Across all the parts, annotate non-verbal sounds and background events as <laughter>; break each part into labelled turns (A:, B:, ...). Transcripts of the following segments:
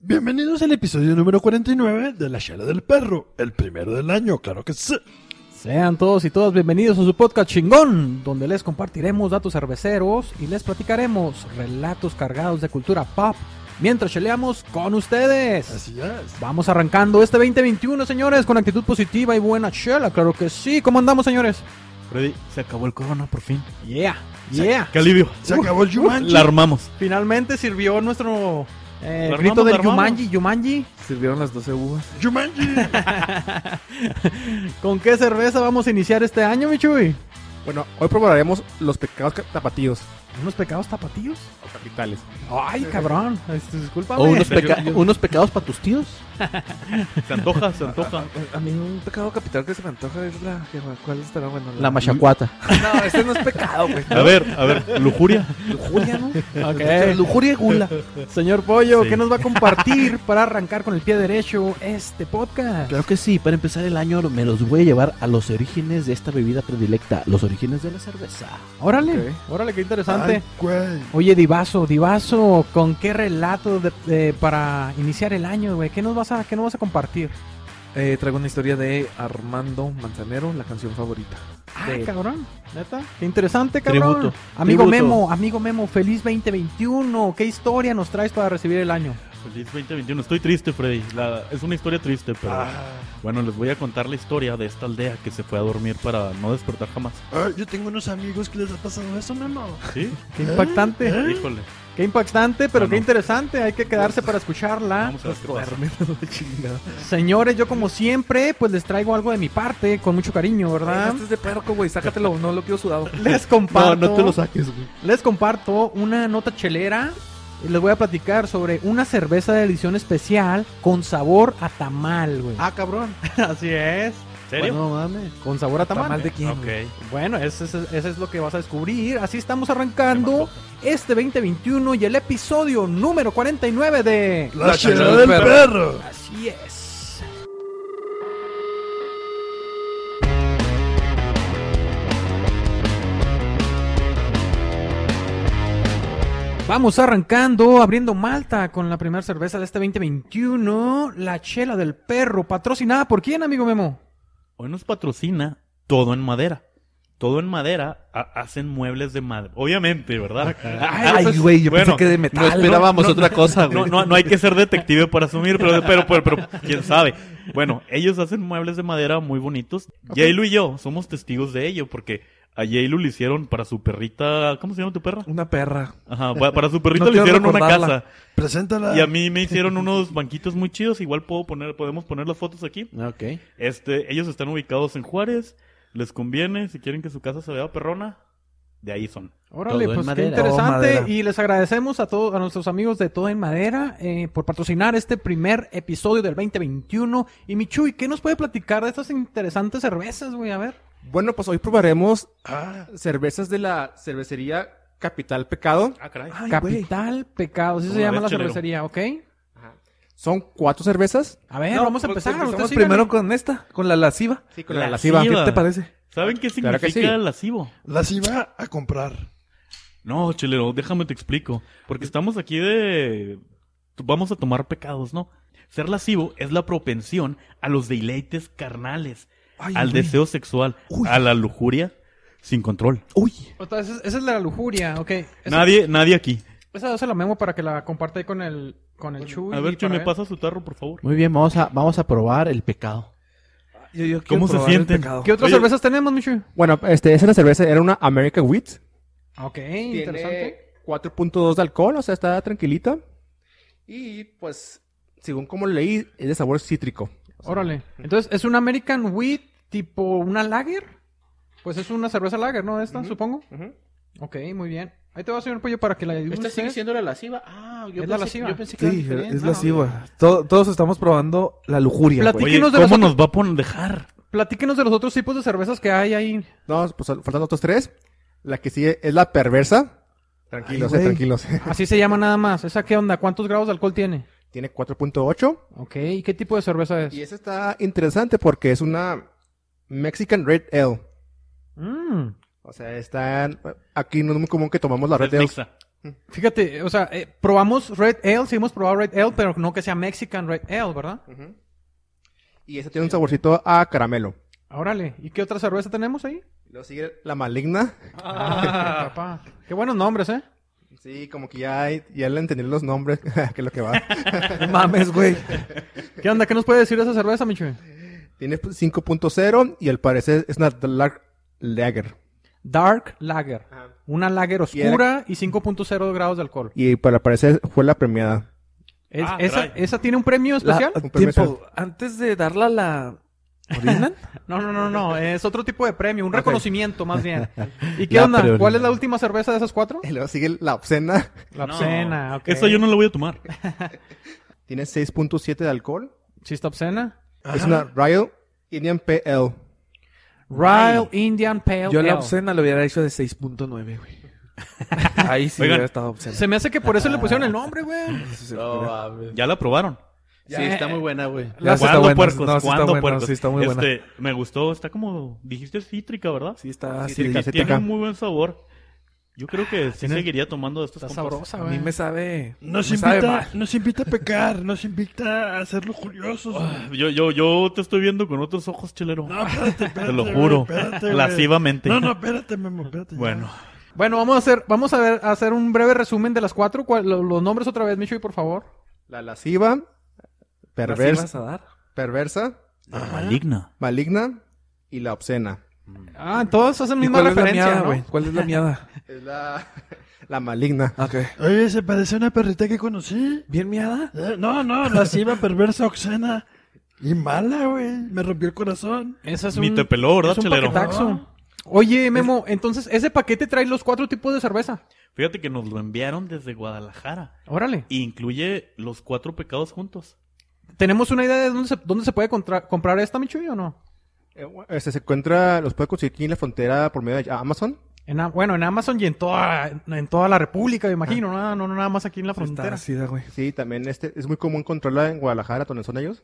A: Bienvenidos al episodio número 49 de La Chela del Perro, el primero del año, claro que sí.
B: Sean todos y todas bienvenidos a su podcast chingón, donde les compartiremos datos cerveceros y les platicaremos relatos cargados de cultura pop mientras cheleamos con ustedes.
A: Así es.
B: Vamos arrancando este 2021, señores, con actitud positiva y buena chela, claro que sí. ¿Cómo andamos, señores?
C: Freddy, se acabó el corona por fin.
B: Yeah, yeah.
C: ¡Qué alivio!
A: Se acabó el Jumanji.
C: La armamos.
B: Finalmente sirvió nuestro eh,
C: Lo
B: grito
C: armamos,
B: del
C: lo armamos.
B: Yumanji, Yumanji.
D: Sirvieron las 12 uvas.
A: Jumanji.
B: ¿Con qué cerveza vamos a iniciar este año, Michui?
D: Bueno, hoy probaremos los pecados ca- tapatíos
B: ¿Unos pecados tapatíos?
D: o capitales.
B: Ay, cabrón. Este, Discúlpame.
E: O unos, peca- unos pecados para tus tíos.
C: Se antoja, se antoja.
D: Eh, A mí un pecado capital que se me antoja es la... ¿Cuál estará bueno?
E: La machacuata.
D: <laughs> No, este no es pecado, güey.
C: A ver, a ver, lujuria.
D: Lujuria, ¿no?
B: <laughs> Ok.
E: Lujuria y gula.
B: Señor Pollo,
C: Sí.
B: ¿qué nos va a compartir para arrancar con el pie derecho este podcast?
E: Claro que sí, para empezar el año me los voy a llevar a los orígenes de esta bebida predilecta, los orígenes de la cerveza.
B: Órale,
D: Ok.
B: órale, qué interesante.
A: Ay, güey.
B: Oye, Divazo, Divazo, ¿con qué relato de- de- para iniciar el año, güey? ¿Qué nos vas a, qué nos vas a compartir?
D: Eh, traigo una historia de Armando Manzanero, la canción favorita.
B: Ah,
D: De-
B: cabrón, neta, qué interesante, cabrón.
E: Tributo,
B: Amigo
E: tributo.
B: Memo, amigo Memo, feliz 2021. ¿Qué historia nos traes para recibir el año?
C: Feliz 2021. Estoy triste, Freddy. La- es una historia triste, pero
A: Ah,
C: bueno, les voy a contar la historia de esta aldea que se fue a dormir para no despertar jamás.
A: ay, yo tengo unos amigos que les ha pasado eso, Memo.
C: ¿Sí?
B: Qué impactante,
A: ¿Eh?
C: <laughs> Híjole.
B: qué impactante, pero
C: No,
B: qué
C: no.
B: interesante. Hay que quedarse para escucharla.
C: Vamos a ver qué pasa.
B: <laughs> Señores, yo como siempre, pues les traigo algo de mi parte, con mucho cariño,
D: Ah,
B: ¿verdad?
D: Este es de perco, güey. Sácatelo, <laughs> no lo quiero sudado.
B: Les comparto,
E: saques, güey.
B: les comparto una nota chelera. Y les voy a platicar sobre una cerveza de edición especial con sabor a tamal, güey.
E: Ah, cabrón.
B: Así es.
C: ¿En serio?
E: No mames.
B: Con sabor a tamal.
D: ¿Tamal de quién? güey?
C: ok.
B: Bueno, eso, es- eso es lo que vas a descubrir. Así estamos
C: Se me
B: arrancando
C: antoja.
B: este 2021 y el episodio número 49 de...
A: La, Chela del Perro.
B: Así es. Vamos arrancando, abriendo Malta con la primera cerveza de este 2021, la Chela del Perro, patrocinada por quién, amigo Memo?
C: Hoy nos patrocina todo en madera. Todo en madera ha- hacen muebles de madera. Obviamente, ¿verdad? Ah,
D: Ay, pues, güey, yo
C: Bueno,
D: pensé que de metal.
E: no esperábamos otra
C: <laughs>
E: cosa, güey.
C: No, no, no hay que ser detective para asumir, pero, pero, pero, pero quién sabe. Bueno, ellos hacen muebles de madera muy bonitos. Jaylu y yo somos testigos de ello porque a Jaylu le hicieron para su perrita. ¿Cómo se llama tu perra?
D: Una perra.
C: Ajá, pa- para su perrita
D: No
C: le
D: quiero
C: hicieron una
D: recordarla.
C: casa.
A: Preséntala.
C: Y a mí me hicieron unos banquitos muy chidos. Igual puedo poner, podemos poner las fotos aquí.
E: Ok.
C: Este, ellos están ubicados en Juárez. Les conviene, si quieren que su casa se vea perrona, de ahí son.
B: Órale,
E: Todo en
B: pues qué
E: madera.
D: Todo en
B: interesante.
D: madera.
B: Y les agradecemos a todos, a nuestros amigos de Todo en Madera, eh, por patrocinar este primer episodio del 2021. Y Michuy, ¿qué nos puede platicar de estas interesantes cervezas, güey? A ver.
D: Bueno, pues hoy probaremos
A: Ah,
D: cervezas de la cervecería Capital Pecado.
C: Ah, caray.
D: Ay, güey.
B: Capital Pecado, así
C: Como
B: se
C: la
B: llama
C: vez
B: la
C: chelero.
B: cervecería, ¿ok?
D: Son cuatro cervezas.
B: A ver,
D: No,
B: vamos a
D: pues,
B: empezar.
D: Empezamos
B: Ustedes
D: primero
B: síganle.
D: con esta, con la lasciva. Sí,
C: con la
D: lasciva.
C: lasciva.
D: ¿Qué te parece?
C: ¿Saben qué significa
D: Claro que sí.
C: lascivo?
A: las iba a comprar.
C: No, chelero, déjame te explico. Porque estamos aquí de. Vamos a tomar pecados, ¿no? Ser lascivo es la propensión a los deleites carnales,
D: Ay,
C: al
D: güey.
C: deseo sexual,
D: Uy.
C: a la lujuria sin control.
D: Uy,
B: Otra, esa, es- esa es la lujuria, ok. Esa,
C: Nadie, nadie aquí.
B: Esa se la memo para que la comparta ahí con el, con el Chuy.
C: a
B: y
C: ver, Chuy,
B: para
C: me pasa su tarro, por favor.
E: Muy bien, vamos a, vamos a probar el pecado.
D: yo- yo quiero
C: ¿Cómo se
D: probar el
C: sienten?
D: pecado.
B: ¿Qué otras
C: Oye.
B: cervezas tenemos, Michuy?
D: Bueno, este, esa la cerveza era una America Wheat.
B: Ok, interesante.
D: Tiene 4.2 de alcohol, o sea, está tranquilita. Y pues, según como leí, es de sabor cítrico. O sea,
B: Órale. Entonces, ¿es un American Wheat tipo una lager? Pues es una cerveza lager, ¿no? Esta, supongo.
D: ujú.
B: Ok, muy bien. Ahí te va, señor Pollo, para que la
E: ¿Esta
B: degustes.
E: sigue siendo la lasciva? Ah, yo,
B: Es la
E: pensé,
B: lasciva.
E: yo pensé que
D: Sí,
E: era diferente.
D: es lasciva. To- todos estamos probando la lujuria.
B: Plati-
D: güey.
C: Oye,
B: Platíquenos de
C: ¿cómo
B: las
C: nos va a pon- dejar?
B: Platíquenos de los otros tipos de cervezas que hay ahí.
D: No, pues faltan otros tres. La que sigue es la perversa. Tranquilos,
A: Ay,
D: eh,
A: güey.
D: tranquilos. <laughs>
B: Así se llama nada más. ¿Esa qué onda? ¿Cuántos grados de alcohol tiene?
D: Tiene 4.8.
B: Ok, ¿y qué tipo de cerveza es?
D: Y esa está interesante porque es una Mexican Red Ale.
B: Mm,
D: O sea, están... Aquí no es muy común que tomamos la
C: Es
D: Red Ale.
C: mixta.
B: Fíjate, o sea, eh, probamos Red Ale, sí hemos probado Red Ale, pero no que sea Mexican Red Ale, ¿verdad?
D: Ujú. Y esa tiene un saborcito a caramelo.
B: Órale, ¿y qué otra cerveza tenemos
C: <laughs>
B: ahí?
D: Luego sigue la maligna.
B: Ah, papá. Qué buenos nombres, ¿eh?
D: <laughs> Sí, como que ya, hay- ya le entendí los nombres, <laughs> que es lo que va.
B: No mames, güey. ¿Qué onda? ¿Qué nos puede decir de esa cerveza, Michu?
D: tiene 5.0 y al parecer es una Dark Lager.
B: Dark Lager.
D: Ajá.
B: Una lager oscura y, 5.0 grados de alcohol.
D: Y para parecer fue la premiada.
B: Es-
C: Ah,
B: esa,
C: caray.
B: ¿Esa tiene un premio
F: La- <laughs>
B: especial?
D: Un premio
F: tiempo, antes de darla la... ¿Orinan?
B: No, no, no, no. Es otro tipo de premio, un
D: Ok.
B: reconocimiento más bien. ¿Y qué
E: La
B: onda?
E: pre-
B: ¿Cuál es la última cerveza de esas cuatro?
D: Y luego sigue la obscena.
B: La
C: No,
B: obscena, ok.
C: Esa yo no la voy a tomar.
D: Tiene 6.7 de alcohol.
B: ¿Sí está obscena?
D: Es una Royal Indian PL.
B: Ryle Indian Pale
F: <laughs> Yo la
B: Ale.
F: obscena lo hubiera hecho de 6.9, güey. Ahí sí
C: Oigan.
F: hubiera estado obscena.
B: Se me hace que por eso le pusieron el nombre, güey.
C: Ya la probaron.
E: Sí, está muy buena, güey.
F: Ya, Ah, sí está
C: ¿Cuándo,
F: bueno,
C: puercos?
F: no, sí está
C: ¿Cuándo,
F: bueno,
C: puercos?
F: sí está muy buena.
C: Este, me gustó. Está como... Dijiste cítrica, ¿verdad?
F: Sí, está así.
C: cítrica.
D: sí,
C: Tiene
D: cítrica.
C: un muy buen sabor. Yo creo que sí
F: Tiene-
C: seguiría tomando de estos
B: Está
C: compas.
B: sabrosa,
F: A
B: güey.
F: mí me sabe.
A: Nos
F: me sabe
A: invita,
F: mal.
A: nos invita a pecar, nos invita a hacerlo curiosos. güey.
C: Yo, yo, yo te estoy viendo con otros ojos, chelero.
A: No, espérate, espérate.
C: te lo
A: güey,
C: juro.
A: espérate, güey.
C: Lascivamente.
A: No, no, espérate, Memo, espérate. ya.
C: Bueno.
B: Bueno, vamos a hacer, vamos a ver, a hacer un breve resumen de las cuatro. ¿Cuál- lo- los nombres otra vez, Michu, por favor.
D: La lasciva. Perversa.
F: ¿Las ibas a dar?
D: perversa.
E: Ah,
C: Maligna.
D: Maligna. Y la obscena.
B: Ah, todos hacen
F: Mm. ¿Y
B: misma
F: cuál es la
B: referencia,
F: miada,
B: ¿no?
F: güey? ¿Cuál es la miada?
D: Es la, <laughs> la maligna.
F: Ok.
A: Oye, se parece a una perrita que conocí.
F: ¿Bien miada?
A: Eh, No, no, lasciva, perversa, oxena. Y mala, güey. Me rompió el corazón.
B: Esa es
C: Ni
B: un-
C: te peló, ¿verdad,
B: es un
C: chelero?
B: paquetaxo. Oye, Memo, entonces ese paquete trae los cuatro tipos de cerveza.
C: Fíjate que nos lo enviaron desde Guadalajara.
B: Órale.
C: E incluye los cuatro pecados juntos.
B: ¿Tenemos una idea de dónde se, dónde se puede contra- comprar esta, Michuy, o no?
D: Eh, bueno, este, se encuentra, los puede conseguir aquí en la frontera por medio de Amazon.
B: En, a- bueno, en Amazon y en toda, en toda la República, me imagino. No, no, no, nada más aquí en la
F: Está
B: frontera.
F: ácida, güey.
D: Sí, también este, es muy común encontrarla en Guadalajara, donde son ellos.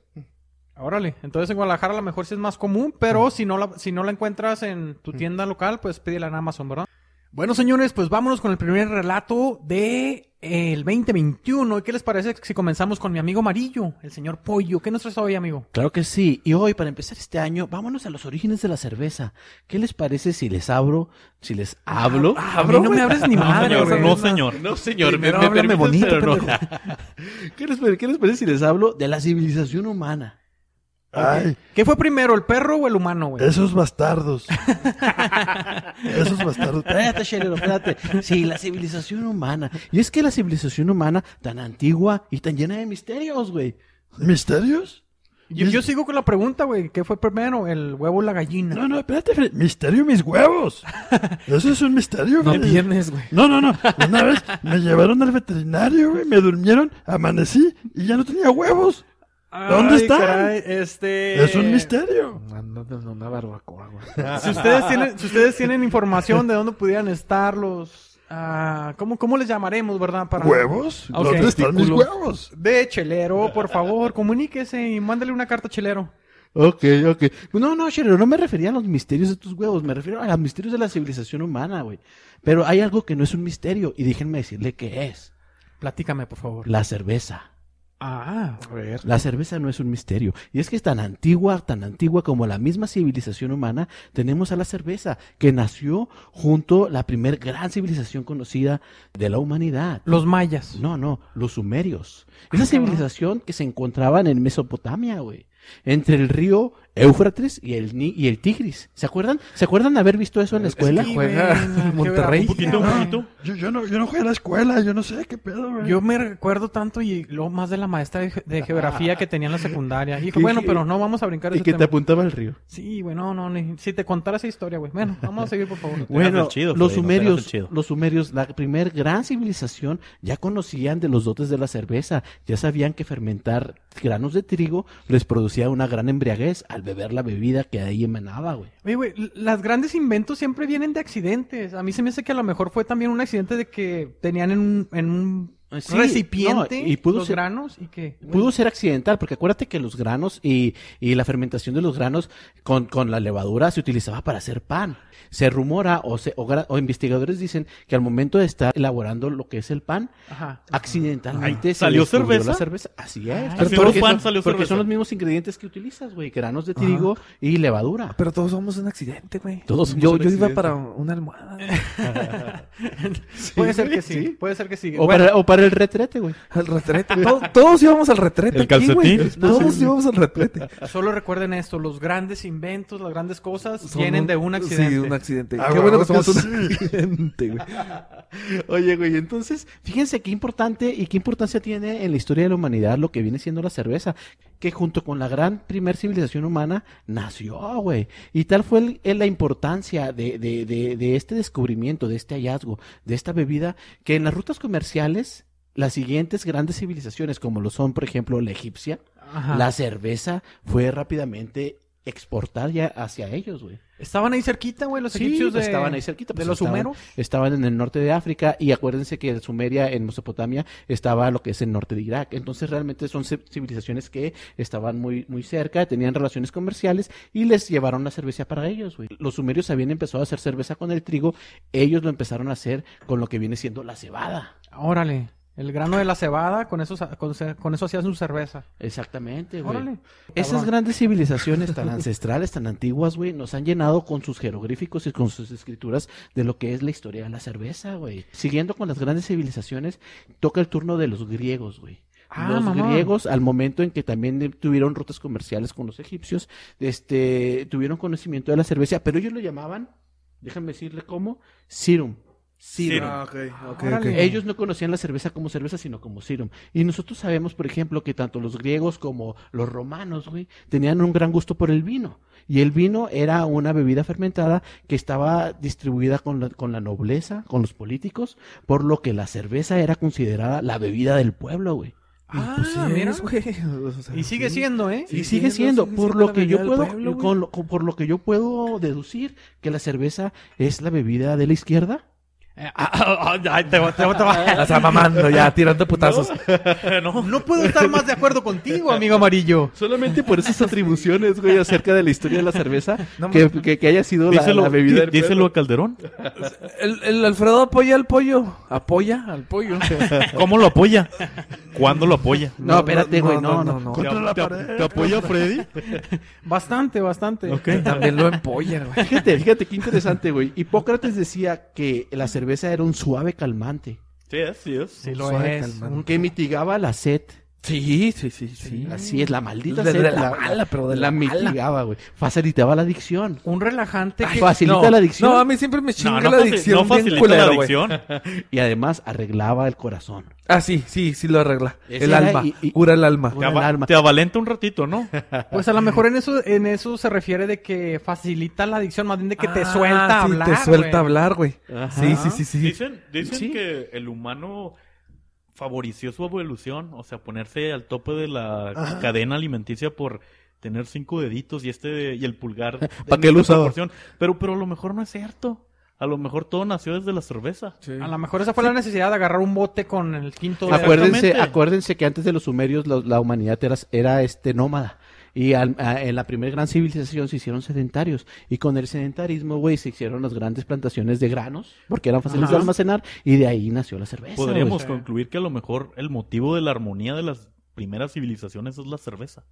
B: Órale. Entonces en Guadalajara a lo mejor sí es más común, pero si, no la, si no la encuentras en tu tienda local, pues pídela en Amazon, ¿verdad? Bueno, señores, pues vámonos con el primer relato de eh, el 2021. ¿Y ¿Qué les parece si comenzamos con mi amigo amarillo, el señor Pollo? ¿Qué nos traes hoy, amigo?
E: Claro que sí. Y hoy, para empezar este año, vámonos a los orígenes de la cerveza. ¿Qué les parece si les abro, si les hablo?
B: a mí no me abres ni madre,
C: señor,
B: Ah, güey.
C: no, señor.
E: No, señor,
F: Primero háblame bonito,
E: ¿Qué, les, pare- qué les parece si les hablo de la civilización humana?
A: Ay,
B: ¿Qué fue primero, el perro o el humano, güey?
A: esos <laughs> bastardos. esos bastardos.
E: Espérate, Shelero, espérate. Sí, la civilización humana. Y es que la civilización humana, tan antigua y tan llena de misterios, güey.
A: ¿Misterios?
B: Yo, yo sigo con la pregunta, güey. ¿Qué fue primero, el huevo o la gallina?
A: No, no, espérate, Fred. Misterio, mis huevos. Eso es un misterio,
F: No
A: güey.
F: tienes, güey.
A: No, no, no. Una vez me llevaron al veterinario, güey. Me durmieron, amanecí y ya no tenía huevos. ¿Dónde
B: Ay,
A: están?
B: caray, este...
A: Es un misterio.
F: No, no, no, una barbacoa, güey.
B: Si ustedes tienen, si ustedes tienen información de dónde pudieran estar los... ah, ¿cómo, ¿Cómo les llamaremos, verdad? Para...
A: ¿Huevos?
B: Ok.
A: ¿Dónde están mis
F: Testículos.
A: huevos?
B: De Chelero, por favor, comuníquese y mándale una carta a Chelero.
E: Ok, ok. No, no, Shelero, no me refería a los misterios de tus huevos. Me refiero a los misterios de la civilización humana, güey. Pero hay algo que no es un misterio. Y déjenme decirle qué es.
B: Platícame, por favor.
E: La cerveza.
B: Ah,
F: A ver.
E: La cerveza no es un misterio. Y es que es tan antigua, tan antigua como la misma civilización humana, tenemos a la cerveza, que nació junto a la primer gran civilización conocida de la humanidad.
B: los mayas.
E: No, no, los sumerios.
B: Ah,
E: Esa
B: cabrón.
E: civilización que se encontraban en Mesopotamia, güey. Entre el río Éufrates y el, Ni- y el Tigris. ¿Se acuerdan? ¿Se acuerdan de haber visto eso en la
F: Es que
E: escuela?
F: sí, Juega
B: güey, la
F: Monterrey.
C: Un poquito, un
B: geografía,
E: Ah,
C: poquito.
A: Yo, yo, no, yo no fui a la escuela, yo no sé qué pedo, güey.
B: Yo me recuerdo tanto y lo más de la maestra de, ge- de geografía que tenía en la secundaria. Hijo, bueno, pero no vamos a brincar
E: Y
B: ese
E: que te
B: tema.
E: apuntaba al río.
B: Sí, güey, no, no, ni- si te contara esa historia, güey. Bueno, vamos a seguir, por favor.
C: te hagas
E: Bueno,
C: el chido,
E: los
C: Freddy, no te hagas el
E: sumerios,
C: chido.
E: los sumerios, la primer gran civilización, ya conocían de los dotes de la cerveza, ya sabían que fermentar granos de trigo les producía una gran embriaguez al beber la bebida que ahí emanaba, güey.
B: Oye, güey, l- las grandes inventos siempre vienen de accidentes. A mí se me hace que a lo mejor fue también un accidente de que tenían en un, en un
E: Sí,
B: recipiente
E: no, y pudo
B: los
E: ser,
B: granos y que
E: pudo ser accidental, porque acuérdate que los granos y, y la fermentación de los granos con, con la levadura se utilizaba para hacer pan. Se rumora o, se, o, gra- o investigadores dicen que al momento de estar elaborando lo que es el pan, <laughs>
B: Ajá.
E: accidentalmente
C: Ay,
E: se
C: ¿salió
E: descubrió
C: cerveza?
E: la cerveza. Así es.
C: Así
E: porque
C: no pan,
E: son-
C: salió
E: porque
C: cerveza.
E: son los mismos ingredientes que utilizas, güey. Granos de trigo y levadura.
F: Pero todos somos un accidente, güey.
E: Todos somos
F: yo,
E: un
F: yo iba
E: accidente.
F: para una almohada. güey.
B: puede ser que sí, puede ser que sí.
E: O,
B: Bueno,
E: para, o para el retrete, güey.
F: Al retrete. To- todos íbamos al retrete.
C: El
F: aquí, güey.
C: calcetín.
F: Todos íbamos al retrete.
B: solo recuerden esto, los grandes inventos, las grandes cosas
F: Son
B: vienen de un accidente.
F: Sí, un accidente.
A: Ah,
F: Qué
A: güey,
F: bueno que
A: güey,
F: somos un
A: sí.
F: accidente, güey.
E: Oye, güey, entonces, fíjense qué importante y qué importancia tiene en la historia de la humanidad lo que viene siendo la cerveza, que junto con la gran primer civilización humana nació, güey. Y tal fue el- el- la importancia de, de- de- de este descubrimiento, de este hallazgo, de esta bebida, que en las rutas comerciales, las siguientes grandes civilizaciones, como lo son, por ejemplo, la egipcia,
B: Ajá.
E: la cerveza fue rápidamente exportada ya hacia ellos, güey.
B: Estaban ahí cerquita, güey, los
E: Sí,
B: egipcios de,
E: pues, estaban ahí cerquita,
B: de
E: pues,
B: los
E: estaban-
B: sumeros.
E: estaban en el norte de África y acuérdense que en Sumeria, en Mesopotamia, estaba lo que es el norte de Irak. Entonces realmente son ci- civilizaciones que estaban muy, muy cerca, tenían relaciones comerciales y les llevaron la cerveza para ellos. güey. Los sumerios habían empezado a hacer cerveza con el trigo, ellos lo empezaron a hacer con lo que viene siendo la cebada.
B: Órale, el grano de la cebada, con eso, sa- con, ce- con eso hacían su cerveza.
E: Exactamente, güey.
B: Órale.
E: Esas
B: Cabrón.
E: grandes civilizaciones tan ancestrales, tan antiguas, güey, nos han llenado con sus jeroglíficos y con sus escrituras de lo que es la historia de la cerveza, güey. Siguiendo con las grandes civilizaciones, toca el turno de los griegos, güey.
B: Ah,
E: los
B: mamón.
E: griegos, al momento en que también eh, tuvieron rutas comerciales con los egipcios, este, tuvieron conocimiento de la cerveza, pero ellos lo llamaban, déjenme decirle cómo, sirum. Sirum.
C: Sirum.
F: ok,
B: Órale.
F: ok.
E: Ellos no conocían la cerveza como cerveza, sino como sirum. Y nosotros sabemos, por ejemplo, que tanto los griegos como los romanos, güey, tenían un gran gusto por el vino. Y el vino era una bebida fermentada que estaba distribuida con la, con la nobleza, con los políticos, por lo que la cerveza era considerada la bebida del pueblo, güey.
B: Ah,
F: Pues sí
B: mira.
F: es, güey. O sea,
B: Y sigue
F: sí.
B: siendo, ¿eh?
E: y
F: Sí,
E: sigue
F: siendo,
E: siendo,
F: sigue
E: por
F: siendo
E: lo
F: la
E: que
F: bebida
E: yo
F: del
E: puedo,
F: pueblo, güey.
E: con lo- con- por lo que yo puedo deducir que la cerveza es la bebida de la izquierda.
B: Eh, ah, ah, ah, ay, te va- te va- te va-
C: <laughs>
F: O sea, mamando ya, tirando putazos.
B: no. puedo estar más de acuerdo contigo, amigo amarillo.
E: Solamente por esas atribuciones, güey, acerca de la historia de la cerveza,
F: <laughs> No,
E: que, que, que haya sido la,
C: Díselo,
E: la bebida del
C: dí- díselo
E: pueblo.
C: a Calderón.
F: El, el Alfredo apoya al pollo. Apoya al pollo.
C: ¿Cómo lo apoya? ¿Cuándo lo apoya?
E: No, espérate, güey, no, no.
A: Con- Contra
C: ¿Te-
A: la
C: te-
A: pared.
C: ¿Te apoya Freddy?
B: Bastante, bastante.
F: También lo empolla, güey.
E: Fíjate, fíjate qué interesante, güey. Hipócrates decía que la cerveza era un suave calmante
C: Sí, es, sí es.
B: Sí lo
F: Suave,
B: es.
F: calmante.
B: Un-
E: que mitigaba la sed.
F: Sí, sí, sí, sí.
E: Así es, la maldita
F: De- de
E: sed.
F: la mala, pero de la mala.
E: mitigaba, güey. Facilitaba la adicción.
B: Un relajante que...
E: Facilita
F: no,
E: la adicción
F: No, a mí siempre me chinga
C: No, no,
F: la
C: faci-
F: adicción.
C: no
F: bien
C: facilita
F: culero,
C: la
F: güey.
C: adicción.
E: y además arreglaba el corazón.
F: Ah, sí, sí, sí lo arregla.
E: Ese
F: el
E: era
F: alma.
E: y- y-
F: Cura el alma.
E: Cura-
C: Te, ava-
E: alarma.
C: te avalenta un ratito, ¿no?
B: Pues a lo mejor en eso, en eso se refiere de que facilita la adicción, más bien de que te
F: Ah,
B: suelta
F: sí,
B: hablar.
F: Te suelta
B: güey.
F: hablar, güey. Sí, sí, sí, sí.
C: Dicen, dicen
F: Sí.
C: que el humano favoreció su evolución, o sea, ponerse al tope de la cadena alimenticia por tener cinco deditos y este y el pulgar
E: ¿Para qué lo
C: en
E: usaba?
C: proporción. Pero, pero a lo mejor no es cierto. A lo mejor todo nació desde la cerveza.
B: A lo mejor esa fue la necesidad de agarrar un bote con el quinto... dedo.
E: Acuérdense,
C: Exactamente.
E: acuérdense que antes de los sumerios la, la humanidad era, era, este nómada. Y al- a- en la primera gran civilización se hicieron sedentarios. Y con el sedentarismo, güey, se hicieron las grandes plantaciones de granos, porque eran fáciles de
B: Ajá.
E: almacenar, y de ahí nació la cerveza. güey.
C: Podríamos concluir que a lo mejor el motivo de la armonía de las primeras civilizaciones es la cerveza.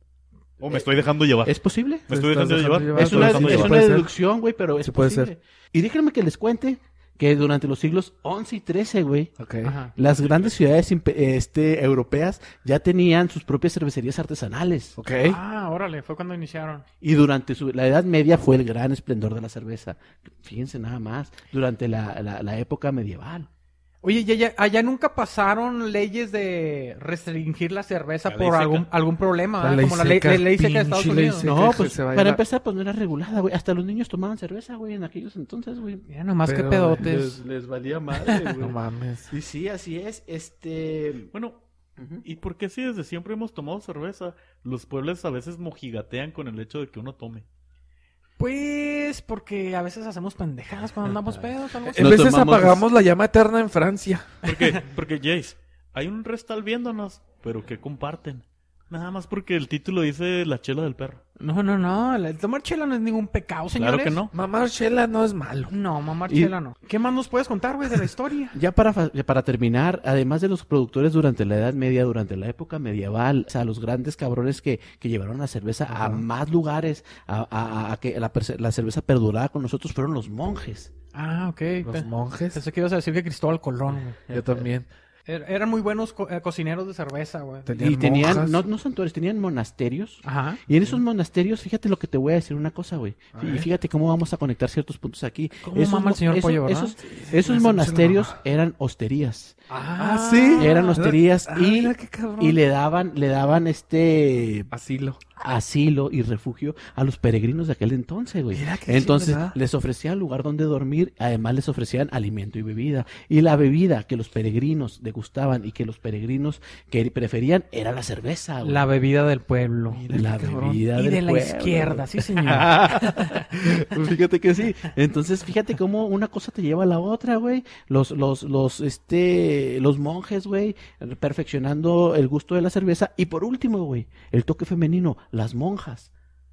C: O me estoy dejando llevar.
E: ¿Es posible?
C: me estoy
F: Te estás
C: Eh, dejando llevar.
F: dejando
C: Me
E: Es
C: estoy
E: una,
C: dejando
E: es
C: llevar.
E: una
F: Puede ser.
E: deducción, güey, pero es
F: Sí, puede
E: posible. Y déjenme que les cuente que durante los siglos 11 y 13, güey,
F: Ok.
B: Ajá.
E: las grandes ciudades impe- este, europeas ya tenían sus propias cervecerías artesanales.
F: Ok.
B: Ah, órale, fue cuando iniciaron.
E: Y durante su- la Edad Media fue el gran esplendor de la cerveza. Fíjense nada más, durante la, la- la época medieval.
B: Oye, ya, ya- allá nunca pasaron leyes de restringir la cerveza
C: La ley
B: por
C: seca.
B: algún, algún
E: Ah,
B: problema,
F: La
B: ¿eh?
F: ley
B: como la ley,
F: seca,
B: la ley seca de Estados
F: pinche ley
B: Unidos.
F: seca. Sí,
E: no,
F: que
E: pues
F: se va a
E: para
F: llevar.
E: empezar, pues no era regulada, güey. Hasta los niños tomaban cerveza, güey, en aquellos entonces, güey.
B: Mira nomás
F: Pero,
B: qué pedotes.
E: Les, les valía madre,
F: No
E: güey.
F: mames.
E: Y sí, así es. Este.
C: Bueno,
E: ujú.
C: ¿y por qué si desde siempre hemos tomado cerveza? Los pueblos a veces mojigatean con el hecho de que uno tome.
B: Pues porque a veces hacemos pendejadas cuando andamos pedos o algo así.
F: En
E: Lo
F: veces
C: <laughs>
E: tomamos-
F: apagamos la llama eterna en Francia.
C: Porque, porque Jace, hay un restal viéndonos, pero ¿qué comparten? Nada más porque el título dice la chela del perro.
B: No, no, no. El tomar chela no es ningún pecado, señores.
C: Claro que no.
F: Mamar chela no es malo.
B: No, mamar
E: Y-
B: chela no. ¿Qué más nos puedes contar, güey, de la
E: <laughs>
B: historia?
E: Ya para, fa- ya para terminar, además de los productores durante la Edad Media, durante la época medieval, o sea, los grandes cabrones que, que llevaron la cerveza a más lugares, a, a- a- a que la, perse- la cerveza perdurara con nosotros, fueron los monjes.
B: ah, ok.
F: Los
B: Pe-
F: monjes.
B: Pensé que ibas a decir que Cristóbal Colón, güey.
F: Yo también.
B: Er- Eran muy buenos co- eh, cocineros de cerveza, güey.
F: Tenían
E: Y tenían,
F: monjas. Ah,
E: no, no santuarios, tenían monasterios.
B: Ajá.
E: Y en esos monasterios, fíjate lo que te voy a decir una cosa, güey.
F: A
E: Y
F: ver.
E: fíjate cómo vamos a conectar ciertos puntos aquí.
B: ¿Cómo mama el
E: mo-
B: señor Pollo, verdad?
E: esos- esos
F: me hace
E: monasterios
F: mucho la
E: eran hosterías.
F: Ah, sí.
E: Eran hosterías
F: Ah,
E: y,
F: mira qué cabrón.
E: y le daban, le daban este
F: Asilo.
E: asilo y refugio a los peregrinos de aquel entonces, güey.
F: Mira qué
E: Entonces
F: chingada.
E: les ofrecían lugar donde dormir, además les ofrecían alimento y bebida. Y la bebida que los peregrinos degustaban y que los peregrinos que preferían era la cerveza, güey.
B: La bebida del pueblo.
E: La
F: qué cabrón.
E: bebida
B: Y
E: del
B: de la
E: pueblo,
B: izquierda, sí,
E: <laughs>
B: señor.
E: güey. fíjate que sí. Entonces, fíjate cómo una cosa te lleva a la otra, güey. Los, los, los, este, los monjes, güey, perfeccionando el gusto de la cerveza. Y por último, güey, el toque femenino, las monjas.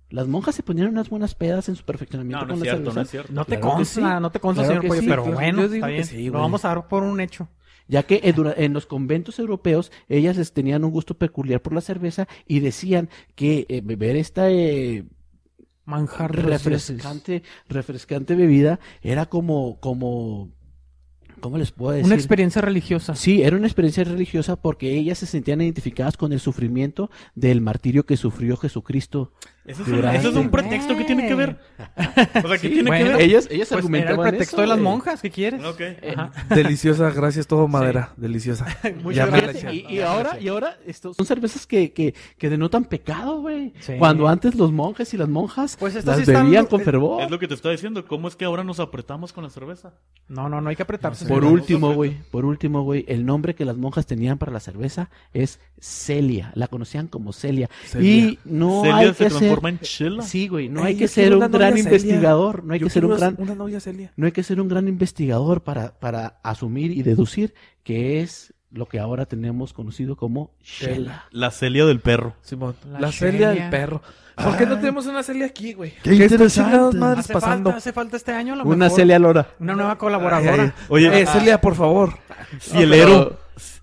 E: Las monjas se ponían unas buenas pedas en su perfeccionamiento
C: No, no es
E: con la
C: cierto, no
E: cerveza.
C: es cierto.
B: No te
E: Claro que
B: consta,
E: sí.
B: no te consta,
E: Claro
B: señor
E: que
B: Pollo,
E: sí,
B: pero
E: claro.
B: bueno,
E: Yo digo
B: está
E: que
B: bien.
E: sí,
B: Lo
E: güey.
B: vamos a dar por un hecho.
E: Ya que eh, dura- en los conventos europeos ellas les tenían un gusto peculiar por la cerveza y decían que eh, beber esta eh,
B: Manjar de los dioses.
E: refrescante, refrescante bebida era como, como, ¿cómo les puedo decir?
B: Una experiencia religiosa.
E: Sí, era una experiencia religiosa porque ellas se sentían identificadas con el sufrimiento del martirio que sufrió Jesucristo.
C: Eso es, un,
E: Durante-
C: eso es un pretexto que tiene que ver. O sea, ¿qué tiene
B: bueno.
C: que ver?
E: Ellas, ellas
B: Pues era el
E: argumentaban
B: pretexto
E: eso,
B: de las
E: güey.
B: monjas, ¿qué quieres?
C: Ok.
B: Ajá.
F: Deliciosa, gracias, todo madera.
E: <laughs>
F: Deliciosa.
B: Muchas
F: me
E: Fíjate,
F: la
B: gracias.
E: y, y ahora, y ahora esto, son cervezas que, que, que denotan pecado, güey.
B: Sí.
E: Cuando antes los monjes y las monjas
B: Pues estas
E: las
B: sí están-
E: bebían con
B: eh,
E: fervor.
C: Es lo que te estoy diciendo. ¿Cómo es que ahora nos apretamos con la cerveza?
B: No, no, no hay que apretarse.
E: Por
B: señor.
E: último, güey, por último, güey, el nombre que las monjas tenían para la cerveza es Celia, la conocían como Celia.
F: Celia.
E: Y no hay
C: Celia se
E: que ser,
C: transforma en chela.
E: sí, güey, no
F: Ey,
E: hay
F: yo
E: que
F: quiero
E: ser
F: una
E: un gran
F: novia Celia.
E: investigador, no hay
F: Yo
E: que ser
F: quiero
E: un gran,
F: Una novia Celia.
E: no hay que ser un gran investigador para para asumir y deducir que es lo que ahora tenemos conocido como Shela.
C: La Celia del perro.
F: Simón. La,
B: La
F: Celia
B: Celia.
F: del perro. ¿Por qué no tenemos una Celia aquí, güey?
A: Qué
F: está
A: interesante.
F: chingados madres
B: Hace
F: pasando?
B: falta, hace falta este año a lo
E: Una
B: mejor
E: Celia Lora.
B: una nueva
F: Ay,
B: colaboradora.
F: ay.
C: Oye, ah,
F: Eh, Celia, por favor.
C: Cielero.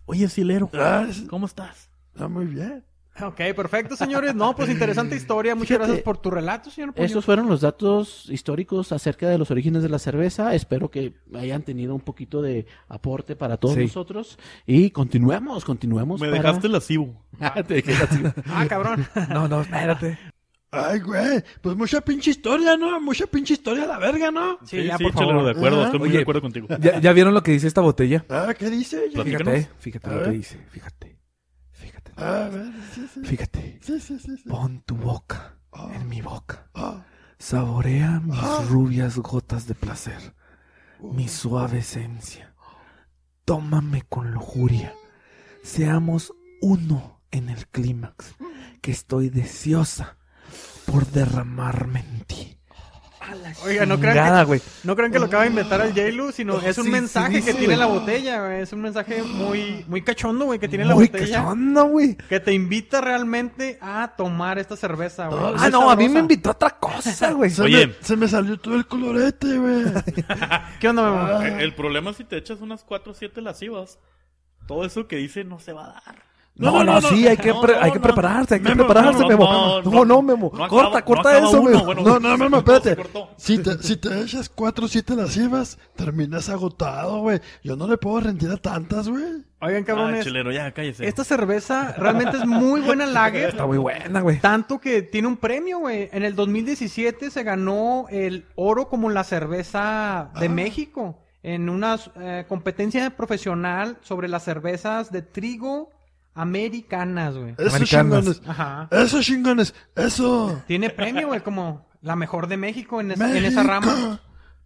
C: Oye, Cielero. Ah, ¿Cómo estás?
A: Ah, Está muy bien.
B: Ok, perfecto, señores. No, pues
F: Mm,
B: interesante historia. Muchas
E: Fíjate,
B: gracias por tu relato, señor Pollo.
E: Estos fueron los datos históricos acerca de los orígenes de la cerveza. Espero que hayan tenido un poquito de aporte para todos
F: Sí.
E: nosotros. Y continuemos, continuemos.
C: Me
E: para-
C: dejaste lascivo.
E: <laughs> Te dejé
C: <laughs>
E: lascivo.
B: Ah, cabrón.
F: No, no, espérate.
A: Ay, güey. Pues mucha pinche historia, ¿no? Mucha pinche historia a la verga, ¿no?
B: Sí, ya, por
C: Chelero,
B: favor.
C: de acuerdo.
A: Ajá.
C: Estoy muy
F: Oye.
C: de acuerdo contigo.
F: ¿Ya, ya vieron lo que dice esta botella?
A: Ah, ¿qué dice? Ya-
C: Platícanos.
F: Fíjate, eh, fíjate
A: A
F: lo
A: ver.
F: que dice. Fíjate. Fíjate.
A: Ah, A ver, sí, sí.
F: Fíjate.
A: Sí, sí, sí. sí.
F: Pon tu boca
A: Ah,
F: en mi boca.
A: ah,
F: Saborea mis
A: Ah.
F: rubias gotas de placer,
A: uh.
F: mi suave esencia. Tómame con lujuria. Seamos uno en el clímax, que estoy deseosa por derramarme en ti.
B: Oiga, no crean,
F: Chingada,
B: que,
F: güey.
B: no crean que lo acaba de inventar el J-Lu, sino es un
F: Sí, sí
B: mensaje
F: dice,
B: que tiene
F: güey.
B: la botella, güey. Es un mensaje muy, muy cachondo, güey, que tiene la
F: Uy,
B: botella.
F: cachondo, güey.
B: Que te invita realmente a tomar esta cerveza, güey.
A: Ah,
F: Ah,
B: Muy
F: no, a mí
B: sabrosa.
F: me invitó a otra cosa, güey.
A: Se
C: Oye.
A: me- se me salió todo el colorete,
F: <laughs>
A: güey.
B: ¿Qué onda, Memo?
A: Ah.
C: Eh, El problema es si te echas unas 4 o 7 lascivas. Todo eso que dice no se va a dar.
F: No, no, no, sí, hay que,
C: no,
F: pre-
C: no,
F: hay que
C: no.
F: prepararse, hay que
C: Memo,
F: prepararse,
C: no,
F: Memo.
C: no,
F: No,
C: no,
F: no, Memo.
C: no acaba-
F: corta,
C: no
F: corta
C: acaba
F: eso,
C: uno,
F: Memo.
C: bueno.
A: No, no, no, no, espérate.
C: Se cortó.
A: Si te, si te echas cuatro o siete lascivas, terminas agotado, güey. Yo no le puedo rendir a tantas, güey.
B: Oigan,
C: Ah,
B: cabrones.
C: chelero, ya, cállese.
B: esta cerveza realmente es muy buena lager.
F: <laughs> Está muy buena, güey.
B: Tanto que tiene un premio, güey. En el 2017 se ganó el oro como la cerveza de
A: Ah.
B: México. En una eh, competencia profesional sobre las cervezas de trigo americanas, güey.
A: Esos
F: Americanas.
A: chingones.
B: Ajá.
A: Esos chingones. Eso.
B: Tiene premio, güey, como la mejor de México en, es- en esa rama.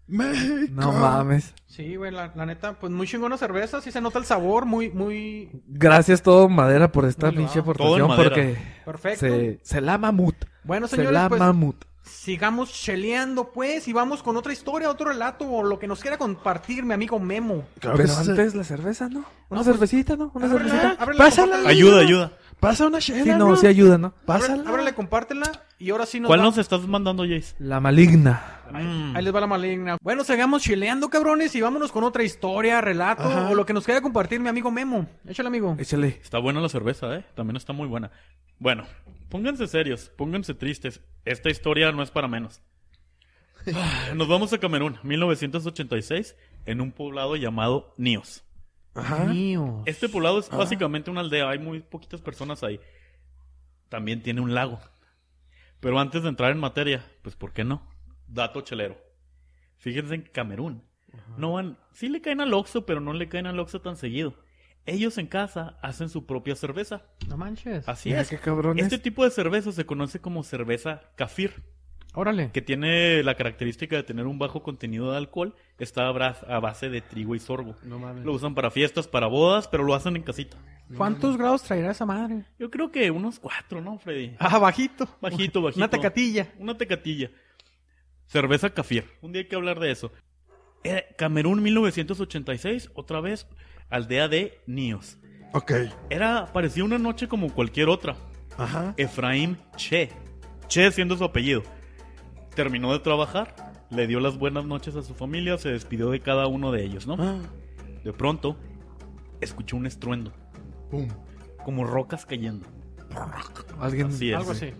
A: México.
F: No mames.
B: Sí, güey, la, la neta, pues muy chingona cerveza. Sí se nota el sabor, muy, muy
F: Gracias todo madera por esta
B: Muy
F: pinche
B: elevado.
C: Todo en
F: aportación
C: madera.
F: porque
B: perfecto.
F: se, se la mamut.
B: Bueno,
F: Se
B: señores,
F: la
B: pues
F: mamut.
B: Sigamos cheleando, pues, y vamos con otra historia, otro relato, o lo que nos quiera compartir mi amigo Memo.
A: Claro que
F: Pero
A: sí se-
F: antes la cerveza, ¿no? Una cervecita, ¿no? Una
B: Ábrela,
F: cervecita.
B: ábrela,
F: Pásala.
B: compártela.
C: Ayuda, ayuda.
A: Pasa una chela,
F: Sí, no,
A: bro.
F: sí ayuda, ¿no?
A: Pásala.
B: Ábrele, compártela, y ahora sí nos
C: ¿Cuál
B: va-
C: nos estás mandando, Jace?
F: La maligna.
C: Mm.
B: Ahí les va la maligna. Bueno, sigamos chileando, cabrones, y vámonos con otra historia, relato,
A: Ajá.
B: o lo que nos quiera compartir mi amigo Memo. Échale, amigo.
F: Échale.
C: Está buena la cerveza, ¿eh? También está muy buena. Bueno, pónganse serios, pónganse tristes. Esta historia no es
B: <laughs>
C: para menos. Ah, Nos vamos a Camerún, 1986, en un poblado llamado Nios.
B: Ah.
A: Ajá.
B: Mío.
C: Este poblado
F: Ah.
C: es básicamente una aldea, hay muy poquitas personas ahí. También tiene un lago. Pero antes de entrar en materia, pues ¿por qué no? Dato chelero. Fíjense en Camerún. No van, sí le caen al Oxxo, pero no le caen al Oxxo tan seguido. Ellos en casa hacen su propia cerveza.
B: No manches.
C: Así
F: Mira
C: es.
F: qué cabrones.
C: Este tipo de cerveza se conoce como cerveza kafir,
B: Órale.
C: que tiene la característica de tener un bajo contenido de alcohol. Está a bra- a base de trigo y sorgo.
B: No mames.
C: Lo usan para fiestas, para bodas, pero lo hacen en casita.
B: ¿Cuántos grados traerá esa madre?
C: Yo creo que unos cuatro, ¿no, Freddy?
B: Ah, bajito.
C: Bajito, bajito.
B: Una tacatilla.
C: Una tecatilla. Cerveza kafir. Un día hay que hablar de eso. Era Camerún 1986, otra vez, aldea de Nios.
A: Ok.
C: Era, parecía una noche como cualquier otra.
A: Ajá.
C: Efraín Che. Che siendo su apellido. Terminó de trabajar, le dio las buenas noches a su familia, se despidió de cada uno de ellos, ¿no?
A: Ah,
C: De pronto, escuchó un estruendo,
A: pum.
C: como rocas cayendo.
F: Alguien.
C: Así es.
B: Algo así.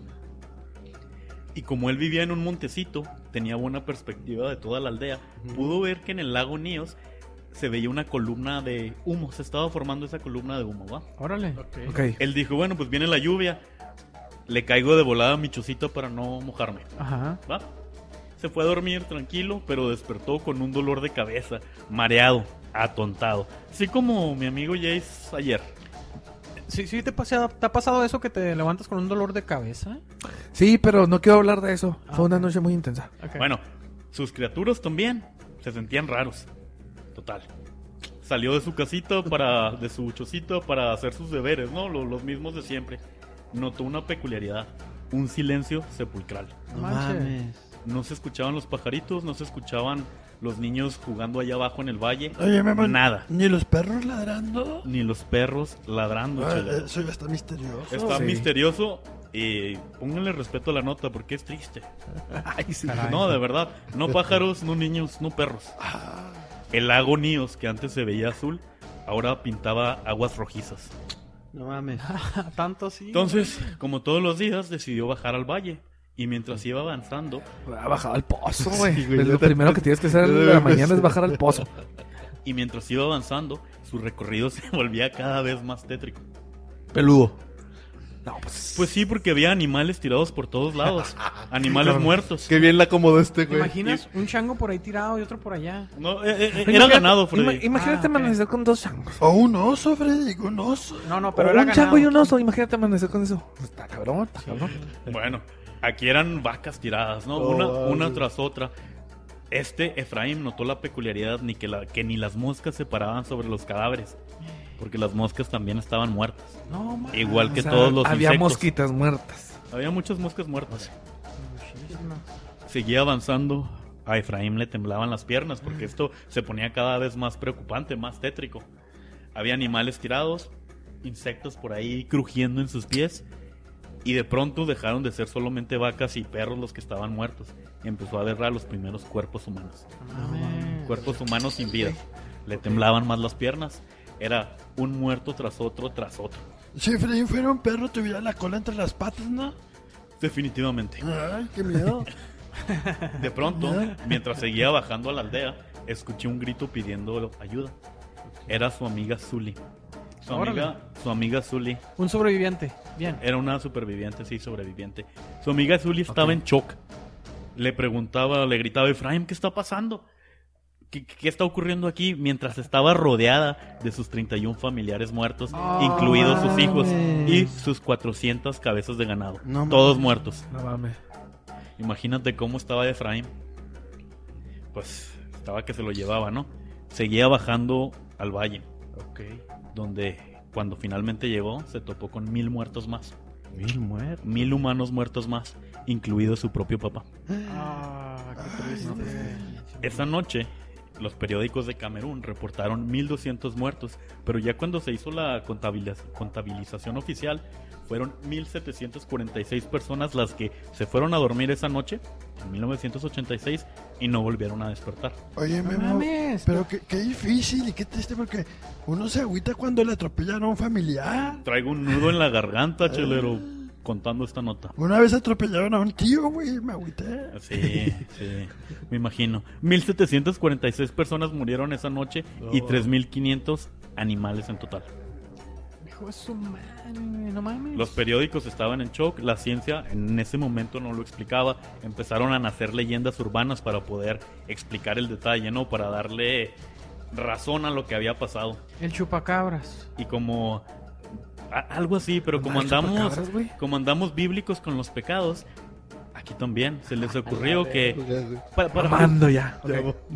C: Y como él vivía en un montecito, tenía buena perspectiva de toda la aldea, pudo ver que en el lago Níos se veía una columna de humo, se estaba formando esa columna de humo, ¿va?
B: Órale.
F: Ok.
C: Él dijo, bueno, pues viene la lluvia, le caigo de volada a mi chocito para no mojarme.
B: Ajá.
C: ¿va? Se fue a dormir tranquilo, pero despertó con un dolor de cabeza, mareado, atontado. Así como mi amigo Jace ayer.
B: Sí, sí, te, pasea- ¿te ha pasado eso que te levantas con un dolor de cabeza?
F: Sí, pero no quiero hablar de eso.
B: Ah.
F: Fue una noche muy intensa.
B: Ok.
C: Bueno, sus criaturas también se sentían raros. Total. Salió de su casita, para, de su chocito, para hacer sus deberes, ¿no? Lo- los mismos de siempre. Notó una peculiaridad, un silencio sepulcral.
B: No manches.
C: No se escuchaban los pajaritos, no se escuchaban los niños jugando allá abajo en el valle.
A: Oye, Memo.
C: Nada.
A: Ni los perros ladrando.
C: Ni los perros ladrando.
A: Ah,
C: chelero.
A: eso ya está misterioso.
C: Está
F: Sí.
C: misterioso y pónganle respeto a la nota porque es triste.
F: <laughs> Ay, sí.
C: No, de verdad. No pájaros, no niños, no perros.
F: Ah.
C: El lago Níos, que antes se veía azul, ahora pintaba aguas rojizas.
E: No
F: <laughs>
E: mames.
B: Tanto así.
C: Entonces, como todos los días, decidió bajar al valle. Y mientras iba avanzando,
F: Ha bajado al pozo,
A: Sí,
F: güey.
A: güey,
F: lo
A: neta,
F: primero que tienes que hacer en la mañana es bajar al pozo.
C: y mientras iba avanzando, su recorrido <laughs> se volvía cada vez más tétrico.
F: Peludo. No, pues.
C: Pues sí, porque había animales tirados por todos
F: <laughs>
C: lados. Animales muertos.
G: Qué bien la acomodó este,
B: ¿Te
G: güey.
B: imaginas un chango por ahí tirado y otro por allá?
C: No, eh, eh, eh,
F: Imagínate-
C: era ganado,
F: ima-
C: Freddy.
F: imagínate
B: Ah, ok.
F: amanecer con dos changos.
A: O un oso, Freddy. Un oso.
B: No, no,
F: Pero
B: pero era
F: un chango
B: ganado.
F: y un oso. Imagínate amanecer con eso. Pues, Está cabrón, está cabrón.
C: <laughs> Bueno, aquí eran vacas tiradas, ¿no?
G: Oh,
C: una,
G: wow.
C: una tras otra. Este Efraín notó la peculiaridad ni que, la- que ni las moscas se paraban sobre los cadáveres, porque las moscas también estaban muertas,
B: No, ma-
C: igual que
F: O sea,
C: todos los
F: Había
C: insectos.
F: mosquitas muertas.
C: Había muchas moscas muertas. Seguía avanzando. A Efraín le temblaban las piernas porque esto se ponía cada vez más preocupante, más tétrico. Había animales tirados, insectos por ahí crujiendo en sus pies y de pronto dejaron de ser solamente vacas y perros los que estaban muertos. Empezó a ver a los primeros cuerpos humanos.
B: No mames.
C: Cuerpos humanos sin vida. Le temblaban más las piernas. Era un muerto tras otro, tras otro.
A: Si Freddy fuera un perro, tuviera la cola entre las patas, ¿no?
C: Definitivamente.
A: Ay, qué
B: <laughs>
A: miedo.
C: De pronto, mientras seguía bajando a la aldea, escuché un grito pidiendo ayuda. Era su amiga Zully. Su amiga, su amiga Zully
B: Un sobreviviente. Bien.
C: era una superviviente, sí, sobreviviente. Su amiga Zully estaba en shock. Le preguntaba, le gritaba, Efraim, ¿qué está pasando? ¿Qué, qué está ocurriendo aquí? Mientras estaba rodeada de sus 31 familiares muertos,
B: No
C: incluidos sus hijos
E: mames.
C: y sus 400 cabezas de ganado.
E: No
C: todos muertos.
F: No mames.
C: Imagínate cómo estaba Efraín. Pues estaba que se lo llevaba, ¿no? Seguía bajando al valle. Ok. Donde cuando finalmente llegó se topó con mil muertos más.
E: Mil muertos.
C: Mil humanos muertos más, incluido su propio papá.
B: Ah, qué triste.
C: Esa noche, los periódicos de Camerún reportaron 1.200 muertos, pero ya cuando se hizo la contabiliz- contabilización oficial, fueron 1.746 personas las que se fueron a dormir esa noche, en 1986, y no volvieron a despertar.
A: Oye,
B: No
A: Memo, pues,
B: mames.
A: pero qué, qué difícil y qué triste porque uno se agüita cuando le atropellan a un familiar.
C: Traigo un nudo en la garganta, chelero, contando esta nota.
A: Una vez atropellaron a un tío, güey, me agüité.
C: Sí, sí, me imagino. 1.746 personas murieron esa noche y 3.500 animales en total.
B: Hijo de su madre, no mames.
C: Los periódicos estaban en shock, la ciencia en ese momento no lo explicaba, empezaron a nacer leyendas urbanas para poder explicar el detalle, ¿no? Para darle razón a lo que había pasado.
B: El chupacabras.
C: Y como a- algo así, pero
F: Ah,
C: como andamos como andamos bíblicos con los pecados, aquí también se les ocurrió que para- para-
F: Mando ya.